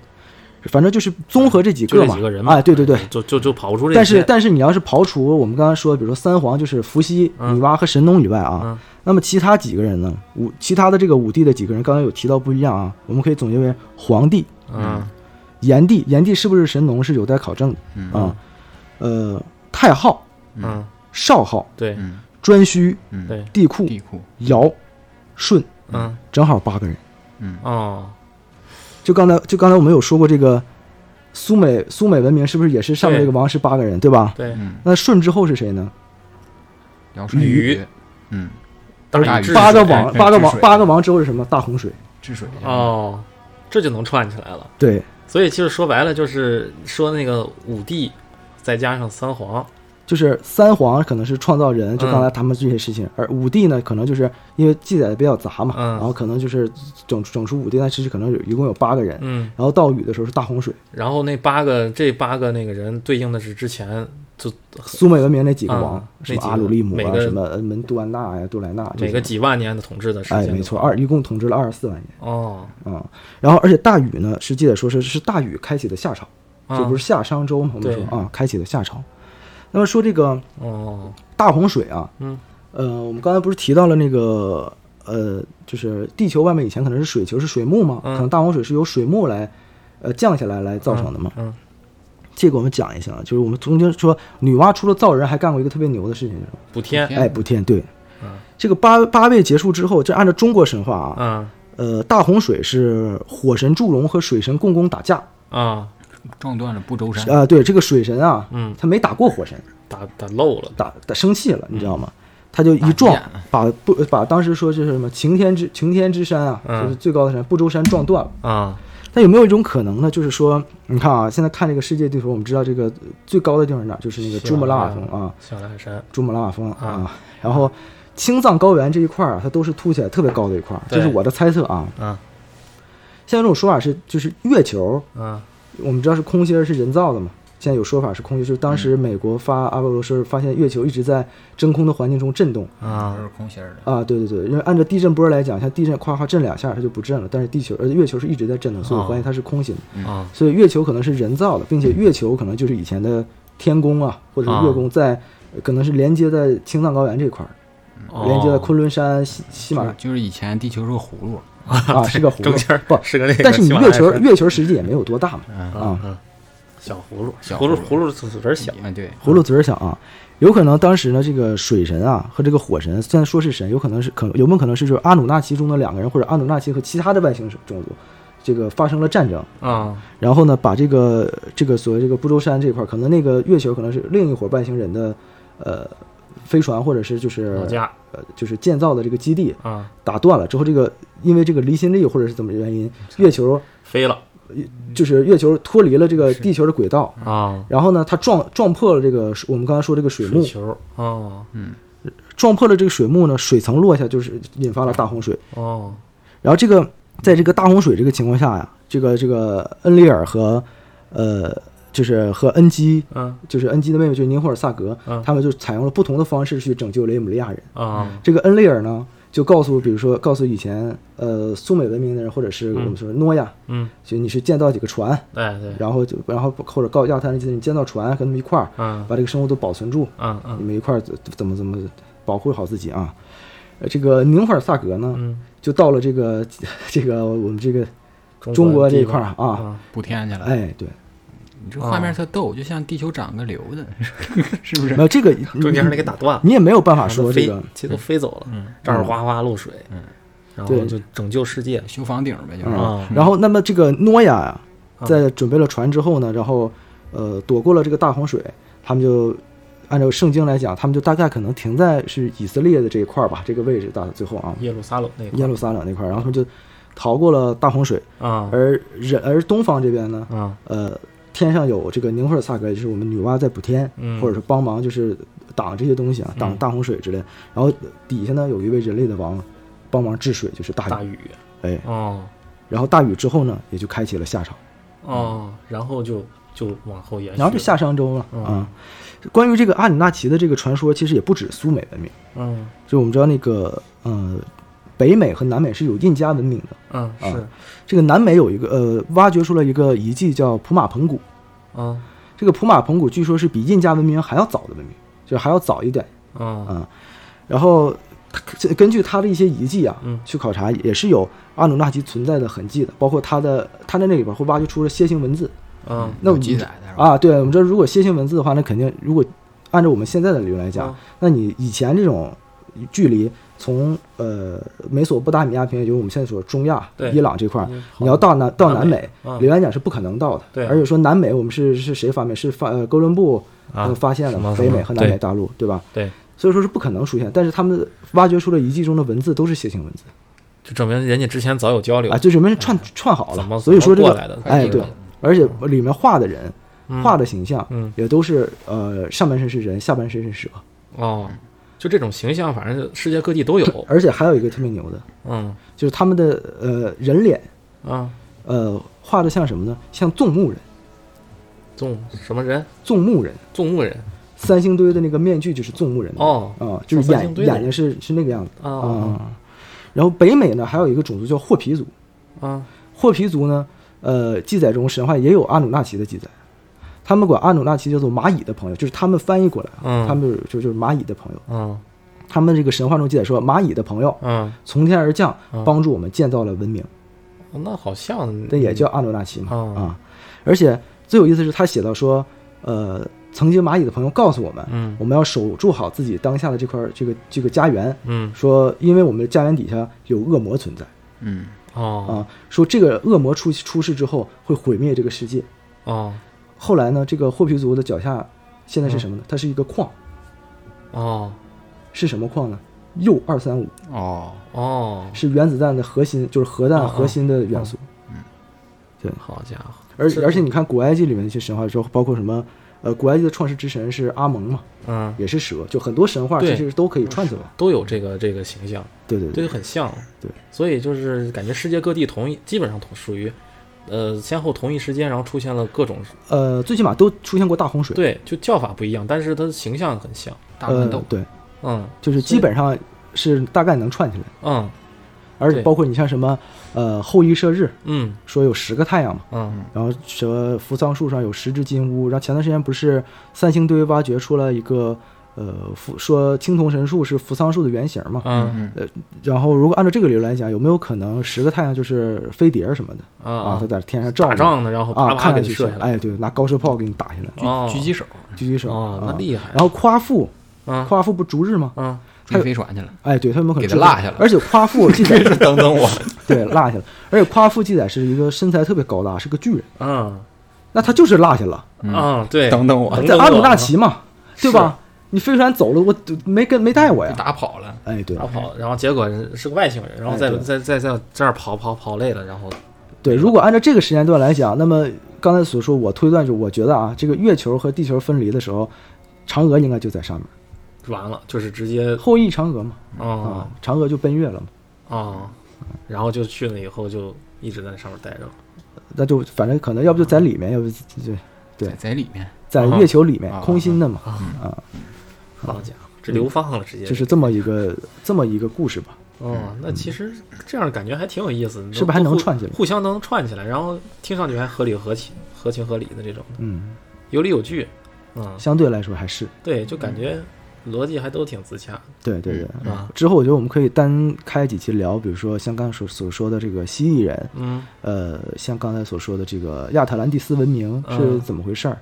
反正就是综合这几
就
个
这
嘛，
几个人嘛
啊，对对对。
就就就跑不出这
但是
些
但是你要是刨除我们刚刚说的，比如说三皇就是伏羲、
嗯
女娲和神农以外啊，
嗯
那么其他几个人呢？五其他的这个五帝的几个人，刚刚有提到不一样啊，我们可以总结为皇帝、
嗯
炎帝，炎帝是不是神农是有待考证的
嗯
啊、呃，太昊、
嗯，
少昊、
对
嗯
颛顼、
嗯，
对，
帝喾、
地库，
尧、舜，
嗯
正好八个人。
嗯
哦，
就刚才就刚才我们有说过这个苏美苏美文明是不是也是上面这个王是八个人对吧？
对，
嗯，
那舜之后是谁呢？
尧舜
禹
禹，嗯，
当
大
然
禹
治
治
八个
水
王
哎
对
八个
治
王
水
八个王之后是什么？大洪水。
治水去了，
哦，这就能串起来了。
对，
所以其实说白了就是说那个五帝，再加上三皇，
就是三皇可能是创造人，就
嗯
刚才他们这些事情，而五帝呢，可能就是因为记载的比较杂嘛，
嗯
然后可能就是整整出五帝，但其实可能有一共有八个人，
嗯，
然后到禹的时候是大洪水，
然后那八个这八个那个人对应的是之前就
苏美文明那几个王，
嗯
什
那
么
几个
阿鲁利姆
每
啊，
个
什么恩门杜安纳呀、杜莱纳，
每个，几万年的统治的时
哎，
间，
没错，，二一共统治了二十四万年
哦，
啊、然后而且大禹呢，是记载说是是大禹开启的夏朝，
啊
这不是夏商周吗？我们
对
说啊，开启的夏朝。那么说这个
哦，
大洪水啊，
嗯，
呃，我们刚才不是提到了那个呃，就是地球外面以前可能是水球，是水幕嘛，
嗯
可能大洪水是由水幕来呃降下来来造成的嘛。
嗯
这个我们讲一下，啊就是我们曾经说女娲除了造人，还干过一个特别牛的事情，就是
补天，
天
哎补天。对，
嗯
这个八八位结束之后，这按照中国神话啊，
啊
呃，大洪水是火神祝融和水神共工打架
啊，
撞断了不周山，
啊、对，这个水神啊，
嗯
他没打过火神，
打打漏了，
打打生气了，你知道吗？他就一
打
撞
架，
把不把当时说是什么擎天之擎天之山啊，
嗯
就是最高的山不周山撞断了。
啊，
但有没有一种可能呢？就是说，你看啊，现在看这个世界地图，我们知道这个最高的地方是哪儿？就是那个
喜
珠穆朗玛
马
峰
拉雅
啊，
喜马拉雅山，
珠穆朗玛峰啊
啊。
然后青藏高原这一块儿啊，它都是凸起来特别高的一块儿，这
对
是我的猜测啊。
啊
现在这种说法是，就是月球，
啊
我们知道是空心儿是人造的嘛。现在有说法是空心儿，就是当
嗯
时美国发阿波罗时候发现月球一直在真空的环境中震动。
都
啊
是空心儿的，
啊，对对对，因为按照地震波来讲，像地震夸夸震两下它就不震了，但是地球呃月球是一直在震的，所以
哦
我怀疑它是空心的，
啊，
所以月球可能是人造的，并
嗯
且月球可能就是以前的天宫啊，或
哦
者是月宫在，呃可能是连接在青藏高原这块儿，
哦
连接在昆仑山、喜喜马
就
拉
是就是以前地球是个葫芦，
雅啊是个湖
中间儿
不，
是个那个，
但是你月球月球实际也没有多大嘛啊，
啊，小葫芦，
小
葫芦葫
葫
芦嘴儿小，
嗯对，
葫芦嘴儿小啊，有可能当时呢，这个水神啊和这个火神，虽然说是神，有可能是可有没有可能是就是阿努纳奇中的两个人，或者阿努纳奇和其他的外星种族，这个发生了战争，
啊
然后呢，把这个这个所谓这个不周山这块儿，可能那个月球可能是另一伙外星人的呃飞船或者是就是
老家
呃就是建造的这个基地
啊
打断了之后，这个因为这个离心力或者是怎么原因，月球
飞了
就是月球脱离了这个地球的轨道。
啊，
然后呢，它撞撞破了这个水我们刚才说这个水幕
水，球啊
撞破了这个水幕呢，水层落下就是引发了大洪水。
哦
然后这个在这个大洪水这个情况下呀，这个这个恩里尔和呃就是和恩基，
嗯
就是恩基的妹妹就是宁霍尔萨格，
嗯
他们就采用了不同的方式去拯救雷姆利亚人。
啊
这个恩里尔呢，就告诉比如说告诉以前呃苏美文明的人，或者是我们说诺亚，
嗯，
就你是建造几个船，
哎对，
然后就然后或者告诉亚特兰蒂斯人建造船，跟他们一块儿
嗯
把这个生物都保存住，
嗯
啊你
嗯
们一块儿怎怎么怎么保护好自己啊。呃，这个宁霍尔萨格呢，
嗯，
就到了这个 这个我们这个
中
中国这
地
一块儿
方
啊，
补天去了。
哎，哦对，
你这画面特逗，就像地球长个瘤 子，是不
没
是？
有这个
中间儿那给打断了，
你也没有办法
让它
说这
飞
个，
其实都飞走了，
嗯
这儿哗哗漏水，
嗯
然后
对
就拯救世界
修房顶呗，就是。
啊
嗯然后那么这个诺亚呀，
啊
在准备了船之后呢，然后呃躲过了这个大洪水，他们就按照圣经来讲，他们就大概可能停在是以色列的这一块儿吧，这个位置到最后啊，
耶路撒冷那
耶
块
路撒冷那块儿，然后他们就逃过了大洪水，
儿啊
而人而东方这边呢，
啊
呃。天上有这个宁霍尔萨格，也就是我们女娲在补天，
嗯
或者是帮忙，就是挡这些东西啊，挡
嗯
大洪水之类。然后底下呢有一位人类的王，帮忙治水，就是大禹。
大雨
哎，
哦
然后大禹之后呢，也就开启了夏商，
哦，然后就就往后延续了，
然后就夏商周了
嗯
啊。关于这个阿努纳奇的这个传说，其实也不止苏美文明，
嗯
就我们知道那个呃，北美和南美是有印加文明的。
嗯是
这个南美有一个呃，挖掘出了一个遗迹叫普马盆谷，
嗯
这个普马盆谷据说是比印加文明还要早的文明，就是还要早一点
嗯
啊。然后它这根据它的一些遗迹啊，
嗯
去考察也是有阿努纳奇存在的痕迹的，包括它的它在那里边会挖掘出了楔形文字
嗯
那我
有
们
记载的是吧？
啊。对，我们知道如果楔形文字的话，那肯定如果按照我们现在的理论来讲，
嗯
那你以前这种距离从呃美索不达米亚平原，也就是我们现在说中亚
对、
伊朗这块儿
嗯，
你要到南到
南
南美，
嗯
理论讲是不可能到的。
对
而且说南美我们是是谁发明？是发呃哥伦布
啊
他们发现
什么
了
什
北
么
美和南美
对
大陆，对吧？
对，
所以说是不可能出现，但是他们挖掘出了遗迹中的文字都是楔形文字
就证明人家之前早有交流
啊，，就里面串串好
嗯怎
了，
么
所以说这
怎么过
个
来的？
哎对，而且里面画的人、
嗯
画的形象
嗯
也都是呃上半身是人，下半身是蛇，
哦，就这种形象，反正世界各地都有，
而且还有一个特别牛的，
嗯
就是他们的呃人脸
啊，
呃画的像什么呢？像纵目人，
纵什么人？
纵目人，
纵目人
三星堆的那个面具就是纵目人的
哦
啊、就是
三
眼
星堆的
眼睛是是那个样子
啊
啊、
啊
然后北美呢，还有一个种族叫霍皮族，
啊
霍皮族呢，呃，记载中神话也有阿努纳奇的记载，他们管阿努纳奇叫做蚂蚁的朋友，就是他们翻译过来啊，
嗯
他们就是就就是蚂蚁的朋友。
嗯
他们这个神话中记载说，蚂蚁的朋友
嗯，
从天而降
嗯，
帮助我们建造了文明，
哦那好像
那也叫阿努纳奇嘛
嗯
啊。而且最有意思是，他写到说，呃，曾经蚂蚁的朋友告诉我们，
嗯
我们要守住好自己当下的这块儿这个这个家园，
嗯
说因为我们的家园底下有恶魔存在
嗯，
哦
啊，说这个恶魔出出世之后会毁灭这个世界。
哦
后来呢，这个霍皮族的脚下现在是什么呢？
嗯
它是一个矿，
哦
是什么矿呢？铀二三五
哦，
哦，
是原子弹的核心，就是核
哦
弹
哦
核心的元素。
好家伙，
而
是
而且你看古埃及里面那些神话说，包括什么呃，古埃及的创世之神是阿蒙嘛，
嗯，
也是蛇，就很多神话
对
其实都可以串起来。
都有这个这个形象，
对对
对，就，很像，
对，
所以就是感觉世界各地同一，基本上同属于。呃，先后同一时间，然后出现了各种
呃，最起码都出现过大洪水。
对，就叫法不一样，但是它的形象很像。
大乱
呃
斗，，
对，
嗯
就是基本上是大概能串起来。
嗯
而且
对
包括你像什么呃后羿射日，
嗯
说有十个太阳嘛，
嗯
然后什么扶桑树上有十只金乌，然后前段时间不是三星堆挖掘出了一个呃扶说青铜神树是扶桑树的原型嘛？
嗯
嗯
然后如果按照这个理论来讲，有没有可能十个太阳就是飞碟什么的
啊
啊？
啊
它，在天上照
打
着
仗呢，然后
啊，
啪
看
啪
上
给你
去
射
是
下来。
哎对，拿高射炮给你打下来，
哦
狙狙击手
狙击手
哦，
啊
那厉害
然后夸父，
啊
夸父不逐日吗？
啊
还
追
有
飞船去了，
哎，对他们有可能
给他落下了
而且夸父记 载
等等我，
对落下了，而且夸父记载是一个身材特别高大，是个巨人，
啊
那他就是落下了。
啊！对，
等等我，
能
在
登
阿努
过
纳奇嘛，对吧？你飞船走了，我没跟没带我呀
被。 打跑了，
哎，对
打跑，然后结果人是个外星人，然后
哎
在
对
在在在这儿跑跑跑累了，然后
对，如果按照这个时间段来讲，那么刚才所说，我推断就我觉得啊，这个月球和地球分离的时候，嫦娥应该就在上面，
完了，就是直接
后羿嫦娥嘛，
啊
啊，嫦娥就奔月了嘛，
啊，然后就去了以后就一直在那上面待着了。
那就反正可能要不就在里面，要不就对
在在里面，
在月球里面
啊
空心的嘛，
好家伙，这流放了直接
嗯就是这么一个这么一个故事吧。
哦，那其实这样感觉还挺有意思，
是不是还能串起来
互互相能串起来，然后听上去还合理合情、合情合理的这种，
嗯，
有理有据。嗯，
相对来说还是
对，就感觉逻辑还都挺自洽。
对对对。
啊
之后我觉得我们可以单开几期聊，比如说像刚才所所说的这个蜥蜴人，
嗯
呃，像刚才所说的这个亚特兰蒂斯文明是
嗯
怎么回事儿，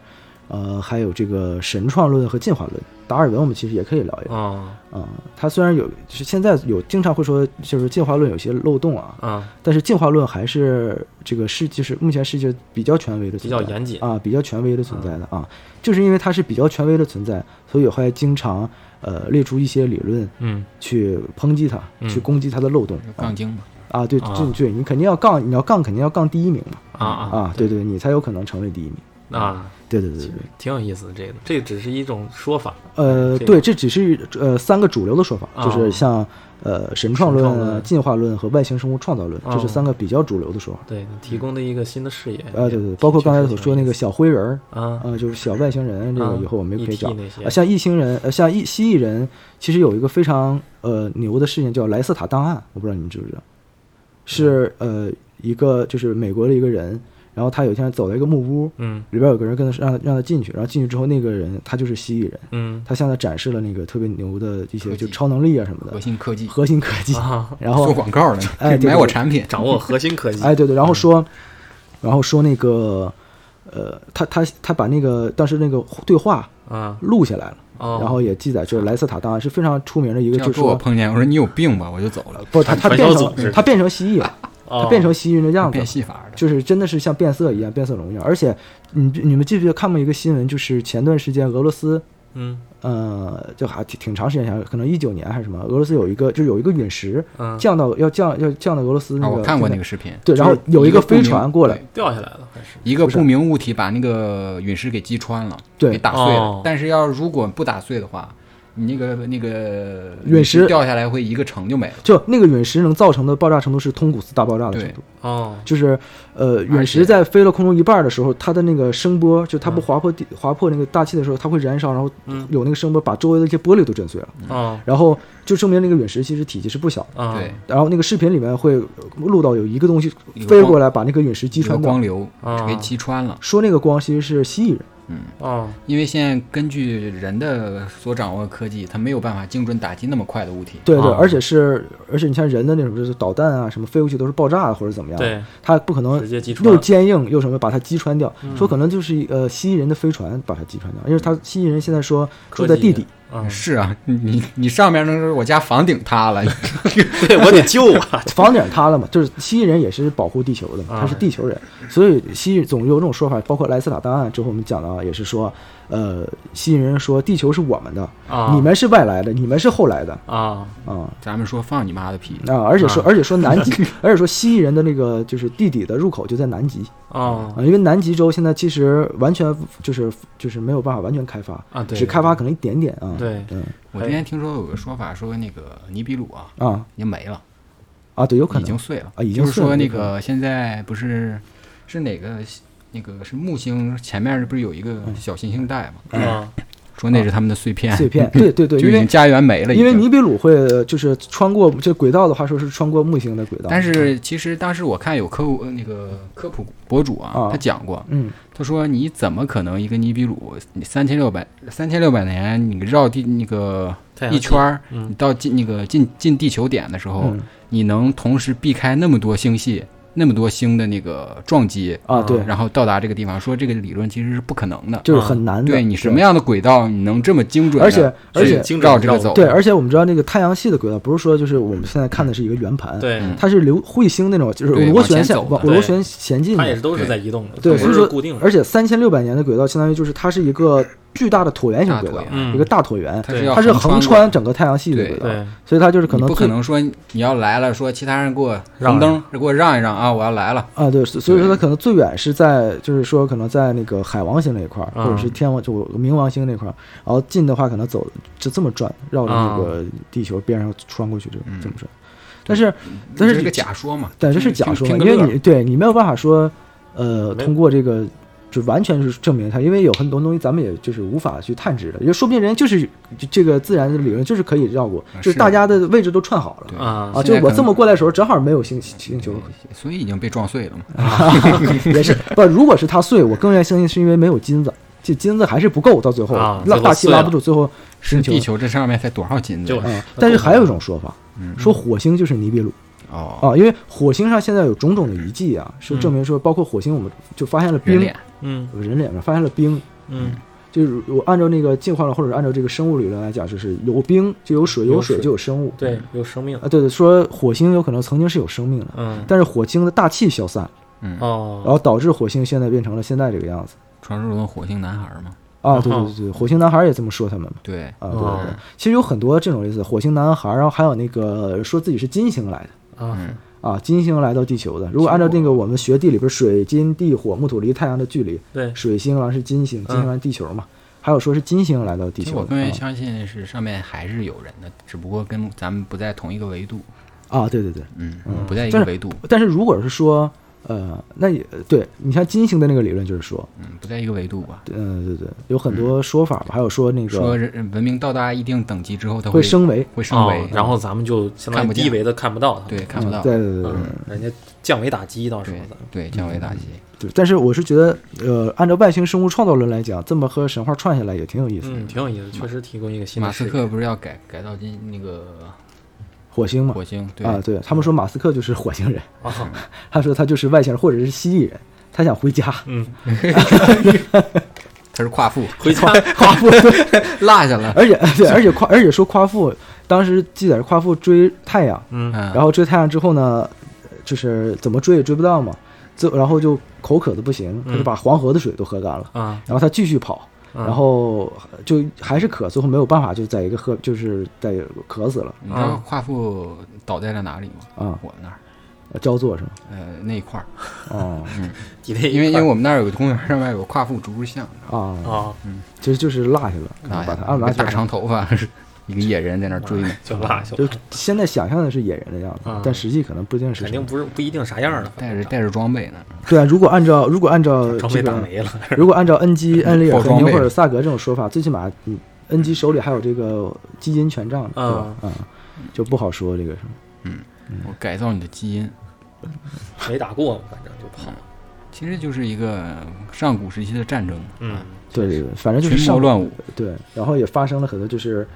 呃，还有这个神创论和进化论，达尔文我们其实也可以聊一聊。
啊
啊、他虽然有，就是现在有经常会说，就是进化论有些漏洞啊，
啊，
但是进化论还是这个世，就是目前世界比较权威的
比
存
较
在，
严谨嗯
啊，比较权威的存在的啊，就是因为它是比较权威的存在，所以会经常呃列出一些理论
嗯
去抨击它，去
嗯
攻击它的漏洞啊
杠精嘛，
啊，对，
啊
这对你肯定要杠，你要杠肯定要杠第一名嘛。
啊啊
啊，对对，你才有可能成为第一名。
啊，
对对对对，
挺有意思的这个，这只是一种说法。
呃，
这个
对，这只是呃三个主流的说法，
啊
就是像呃神创论
神创
啊、
论
进化论和外星生物创造论，这是
哦
三个比较主流的说法。
对，提供的一个新的视野。
呃，对对对，包括刚才所说那个小灰人儿，
啊，
呃，就是小外星人，这个
啊
以后我们可以
ET
找。
那些
啊，像异星人，呃，像异蜥蜴人，其实有一个非常呃牛的事情叫莱斯塔档案，我不知道你们知不知道，是
嗯
呃一个就是美国的一个人，然后他有一天走到一个木屋，
嗯
里边有个人跟他让他让他进去，然后进去之后那个人他就是蜥蜴人，
嗯
他向他展示了那个特别牛的一些
科
就
技
超能力啊什么
核
的，
心科技，
核心科技，
啊，
然
做
后
广告的，
哎对对
买我产品，
掌握核心科技。
哎，对对，然后说，然后说那个，呃，他他他把那个当时那个对话
啊，
录下来了，
哦
然后也记载，就是莱斯塔档案是非常出名的一个，
要
就是
给我
说，
碰见，我说你有病吧，我就走了，
不，他他
传
变
销组
成
织
他变成蜥蜴了，他
哦
变成蜥蜴人的样子
变
了，
戏法的，
就是真的是像变色一样，变色龙一样。而且你你们记不记得看过一个新闻，就是前段时间俄罗斯。
嗯
呃，就还挺挺长时间前，可能一九年还是什么，俄罗斯有一个就有一个陨石
嗯，
降到要降要降到俄罗斯那
啊，
个，
我看过那个视频，
对，然后
就是
有
一
一个
不
飞
明
船过来，
掉下来了，还是
一个
不是
不明物体把那个陨石给击穿了，
对
给打碎了。
哦
但是要如果不打碎的话，你那个那个
陨石
掉下来会一个城就没了。
就那个陨石能造成的爆炸程度是通古斯大爆炸的程度，
哦，
就是呃，
而
陨
且
石在飞了空中一半的时候，它的那个声波，就它不
嗯
划破地、划破那个大气的时候，它会燃烧，然后
嗯
有那个声波把周围的一些玻璃都震碎了，
哦
然后就证明那个陨石其实体积是不小的。
啊，
对，
然后那个视频里面会录到有一个东西
一个
飞
光
过来，把那个陨石击
一个
穿掉。
光流
啊
给击穿了。
说那个光其实是蜥蜴人，
哦，
因为现在根据人的所掌握的科技，它没有办法精准打击那么快的物体。
对对，
啊
而且是而且你像人的那种就是导弹啊什么飞过去都是爆炸或者怎么样的，
对，
它不可能
直接击穿
又坚硬又什么把它击穿掉，
嗯
说可能就是呃蜥蜴人的飞船把它击穿掉，因为它蜥蜴人现在说
科
住在
技
地底，
啊，
是啊，你你上面那是我家房顶塌了，
对我得救啊，
房顶塌了嘛，就是蜥蜴人也是保护地球的嘛，
啊
他是地球人，所以蜥蜴总有这种说法，包括莱斯塔档案之后我们讲到也是说，呃，蜥蜴人说地球是我们的，
啊
你们是外来的，你们是后来的
啊，
啊。
咱们说放你妈的屁！
啊，而且说，
啊
而且说南极， 而且说蜥蜴人的那个就是地底的入口就在南极
哦
啊，因为南极洲现在其实完全就是就是没有办法完全开发，
啊，对，
只开发可能一点点啊。
对
嗯
我之前听说有个说法，说那个尼比鲁啊
啊
已经没了，
啊，对，有可
已经
能
碎了
啊已经
就是
碎了
说那
有可能
个现在不是是哪个那个是木星前面不是有一个小行星带吗？
啊，
说那是他们的碎片，
嗯碎 片。对对对，
就
因
已经
为
家园没了，
因为
已经
尼比鲁会呃就是穿过这轨道的话，说是穿过木星的轨道。
但是其实当时我看有科普呃那个科普博主啊
啊，
他讲过，
嗯，
他说你怎么可能一个尼比鲁，你三千六百三千六百年你绕地那个
太阳
一
系
圈儿，
嗯
你到近那个近近地球点的时候
嗯，
你能同时避开那么多星系、那么多星的那个撞击，
啊对，
然后到达这个地方？说这个理论其实是不可能的。
就是很难的。
啊对你什么样的轨道，你能这么精准的？
而且而且
精准
绕这个
绕
走，
对，而且我们知道那个太阳系的轨道，不是说就是我们现在看的是一个圆盘，，
对，
嗯
它是流彗星那种，就是
对
螺
往
旋
前
向
走的
往
对
螺旋前进
它也
的
是。都是在移动的，
嗯对，
它
所以
不
说
是固定的，
而且三千六百年的轨道，相当于就是它是一个巨大的椭圆形轨
大
道
椭，
圆
一个大椭圆，
它
对
是要
它是
横
横
穿
穿整个太阳系的轨道，
对，
所以它就是可
过。你
能
不可
最
能说你要来了，说其他人给我
让
红灯，给我让一让啊！我要来了，
啊，对，所所以说
对
它可能最远是在，就是说可能在那个海王星那一块儿，
啊
或者是天王就冥王星那块儿，然后近的话可能走就这么转，绕着那个地球边上穿过去，这
嗯
这么转。但是，但
这
是
个假说嘛，
但这是
听
假说嘛，
听
因
嗯个乐
为
儿
你对你没有办法说，呃，
没
通过这个就完全是证明它，因为有很多东西咱们也就是无法去探知的，也就说不定人就是就这个自然的理论就是可以绕过，
啊
就是是大家的位置都串好了
对
啊
啊，
现
就
在
我
可
这
能嗯
么过来的时候正好没有星星球。
所以已经被撞碎了嘛。
啊 也 是不，如果是它碎，我更愿意相信是因为没有金子，这金子还是不够，到最后
啊
拉
最后
大气
碎
拉
了
不住，最后
是
星球
地球这上面才多少斤
就
的
啊、但是还有一种说法，
嗯
说火星就是尼比鲁
哦，
啊，因为火星上现在有种种的遗迹啊，是证明说，包括火星我们就发现了冰，
人脸
嗯
人脸上发现了冰。
嗯
就是我按照那个进化论，或者是按照这个生物理论来讲，就是有冰就有水，
有
有水
水
就有生物。
对，有生命
啊，，对对，说火星有可能曾经是有生命的，
嗯
但是火星的大气消散了，然
哦
后导致火星现在变成了现在这个样子。
传说中的火星男孩嘛，
啊，对
哦
对对对，火星男孩也这么说他们嘛。
对，
啊，对
哦
对对，其实有很多这种类似的火星男孩，然后还有那个说自己是金星来的
啊
啊，金星来到地球的。如果按照那个我们学地理，不是水、金、地、火、木、土、离太阳的距离，
对
水星然后是金星，金星
嗯
来地球嘛。还有说是金星来到地
其实
球
我
的
更愿意
啊
相信是上面还是有人的，只不过跟咱们不在同一个维度，
啊，对对对。
嗯
嗯，
不在一
但
个
是
维度，
但是如果是说，呃，那也对你像金星的那个理论就是说，
嗯，不在一个维度吧。
嗯、对对，有很多说法吧，还有说那
说
个
人文明到达一定等级之后，它
会升维，
会升
哦
维，
然后咱们就相当
看
于
不见
低维的看不到它。
对看不
嗯
到，
对对对对
嗯，人家降维打击到时候
对
的。
对降
嗯
维打击，
对。但是我是觉得，呃，按照外星生物创造论来讲，这么和神话串下来也挺有意思的。
嗯，挺有意思，确实提供一个新的
马斯
视
克不是要改改造进那个
火星嘛，
火星？对，
啊，对他们说马斯克就是火星人，
角啊，
他说他就是外星人或者是蜥蜴人，他想回家，
嗯，
他是夸父，
回家
夸父 落下了，
而且对，而且夸而且说夸父当时记载是夸父追太阳，
嗯，
嗯，
然后追太阳之后呢，就是怎么追也追不到嘛，最然后就口渴的不行，他就把黄河的水都喝干了，
啊，
然后他继续跑，然后就还是渴，最后没有办法，就在一个喝，就是在渴死了
你知道夸父倒在了哪里吗？
啊，
我们那儿，
焦作是吗？
呃，那一块儿，
哦
底内
因为因为我们那儿有个公园，上面有个夸父竹像，
啊，
啊，
其实就是落下了，
落
把
下
他
了
按
一
拉
个
下
大
来。
长头发， 一个野人在那 儿追呢，
就拉就
就
拉
现在想象的是野人的样子
啊，
但实际可能不一定是
肯
什
定
么。
不是不一定啥样的，
带着带着装备呢，
对啊，如果按照如果按照
装
这
备打
个
没了，
如果按照恩 基、恩里尔、
包
和
装
宁
备
或者萨格这种说法，最起码，嗯，恩基手里还有这个基因权杖，对吧
啊？
啊，就不好说这个什么。嗯
我改造你的基因，
没打过，反正就跑。
其实就是一个上古时期的战争，
嗯，
对对对，反正就是
群魔
上
乱舞，
对，然后也发生了很多就是，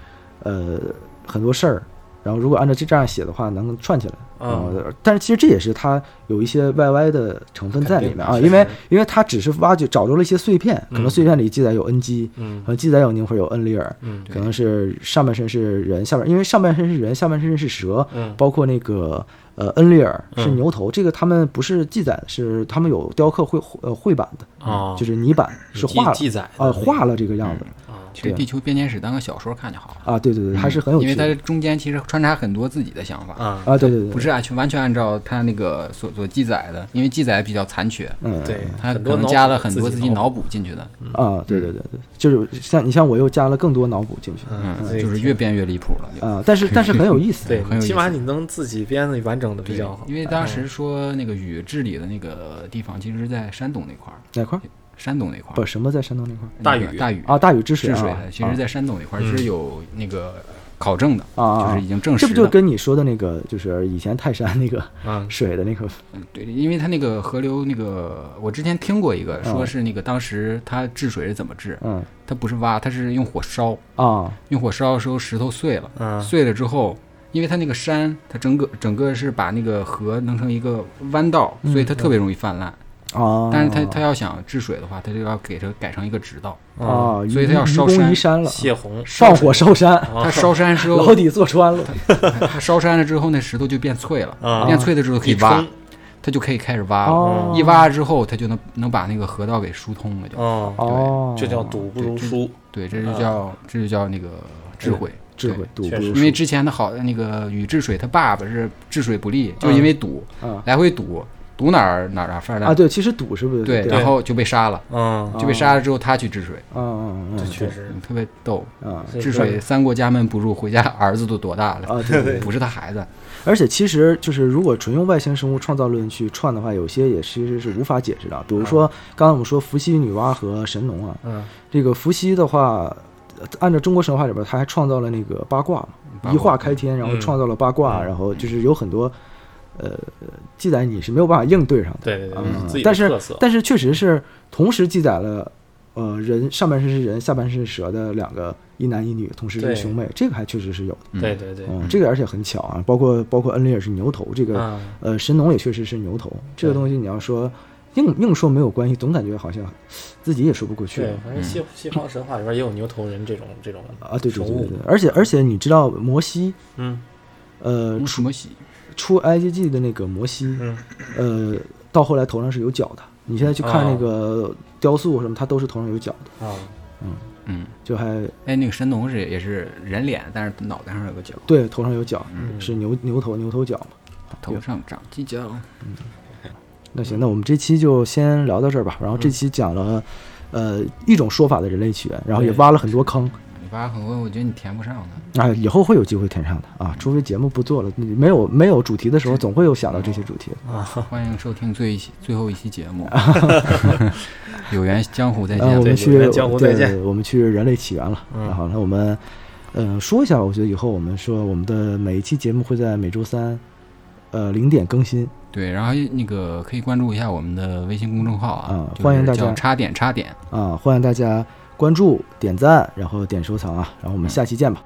呃，很多事儿。然后如果按照这这样写的话，能串起来。
嗯
然后呃但是其实这也是它有一些 YY 的成分在里面啊，
肯定
因为
确实
因为它只是挖掘找着了一些碎片，可能
嗯
碎片里记载有恩基，
嗯
和记载有宁或者有恩里尔，
嗯
可能是上半身是人，下半因为上半身是人，下半身是蛇，
嗯
包括那个呃恩利尔是
嗯
牛头，这个他们不是记载的，是他们有雕刻绘呃绘版的，
啊，
就是泥版是
记
画了
记载的
啊
那个
画了这个样子
啊，
其实
对
地球编年史当个小说看就好了，
啊，对对对，还是很有
嗯
因为
趣
它
的
中间其实穿插很多自己的想法，
啊，
啊，对对对，
不是按全完全按照它那个所所记载的，因为记载比较残缺，
嗯
对，
它
很
可
多
能
脑
加
补
了很多
自
自
己
己
脑
脑补进去的，
啊，对对对对，就是像你像我又加了更多脑补进去
嗯
嗯，
对
就是越编越离谱了，就
啊，但是但是很有意思，
对
很有，意
起码
思
你能自己编的完整的比较好嗯
因。为当时说那个禹治理的那个地方，其实是在山东那块儿，
哪块儿
山东那块
不
儿，
什么在山东那块儿
那
大嗯
个
禹
大禹
啊，大禹治水
治水
啊
的，其实在山东那块儿是有那个考证的，
啊啊，啊
就是已经证实
这
的。
不就跟你说的那个就是以前泰山那 个
啊
水的那个
嗯对，因为它那个河流那个，我之前听过一个，
嗯
说是那个当时它治水是怎么治？
嗯
它不是挖，它是用火烧，
啊
用火烧的时候石头碎了，
嗯
碎了之后，因为它那个山，它整个整个是把那个河弄成一个弯道，
嗯
所以它特别容易泛滥。
哦
啊，
但是它它要想治水的话，它就要给它改成一个直道。
啊，
啊，
所以
愚
它要
愚
烧
公
山
移山了，
泄 洪啊
放火烧山，
哦
它烧山之
牢
后，
底坐穿了
它烧山了之后，那石头就变脆了，
啊
变脆了之后可以
一
挖
冲，
它就可以开始挖了。
哦，
啊一挖之后，它就能能把那个河道给疏通了，就
啊，
哦，
这叫赌不如输。
对，这就叫这就叫那个智慧。
嗯智慧赌
确
不
实
如
因为
输
之前的好那个禹治水，他爸爸是治水不利，就是因为赌，
啊
来回赌，赌哪儿哪儿哪儿泛滥
啊，对，其实赌是不是
对，
对哦
然后就被杀了，
嗯，
就被杀了之后他去治水，
啊啊
这确实
嗯特别逗。
啊啊
这
治
个
水三过家门不入，回家儿子都多大了？
啊， 对对，对
不是他孩子，
而且其实就是如果纯用外星生物创造论去串的话，有些也其实是无法解释的，比如说刚才我们说伏羲、女娲和神农啊，
嗯
这个伏羲的话。呃按照中国神话里边，他还创造了那个八卦嘛，
八卦
一化开天，然后
嗯
创造了八卦，
嗯
然后就是有很多，呃，记载你是没有办法应对上的。
对对对
嗯
自己的
但是
特色
但是确实是同时记载了，呃，人上半身是人，下半身是蛇的两个一男一女，同时是
对
兄妹，这个还确实是有的。
嗯
对对对，
嗯，这个而且很巧啊，包括包括恩利尔是牛头，这个、
啊
呃神农也确实是牛头，这个
对
东西你要说硬硬说没有关系，总感觉好像自己也说不过去
对，反
嗯
正西西方神话里边也有牛头人这种这种
啊。对对
生
对对
物
对，，而且而且你知道摩西，
嗯
呃，
什么喜？
出埃及记的那个摩西，
嗯
呃，到后来头上是有角的。你现在去看
哦
那个雕塑什么，它都是头上有角的，
啊，
嗯，
就还
哎，那个神农是也是人脸，但是脑袋上有个角，
对，头上有角，
嗯
是牛牛头牛头角嘛。
头上长犄角。
嗯
那行，那我们这期就先聊到这儿吧。然后这期讲了，呃一种说法的人类起源，然后也
对
挖了很多坑
你挖很多，我觉得你填不上的。
啊，以后会有机会填上的啊，除非节目不做了，你没有没有主题的时候，总会有想到这些主题的。
欢迎收听最一期最后一期节目， 有缘江湖再
呃，我
见。
们
对
去
有缘江湖再见嗯
对我们去人类起源了。然后呢，我们呃说一下，我觉得以后我们说我们的每一期节目会在每周三呃零点更新。
对，然后那个可以关注一下我们的微信公众号啊
嗯，
就是
欢迎大家
叫插点插点。
啊，欢迎大家关注、点赞，然后点收藏啊，然后我们下期见吧。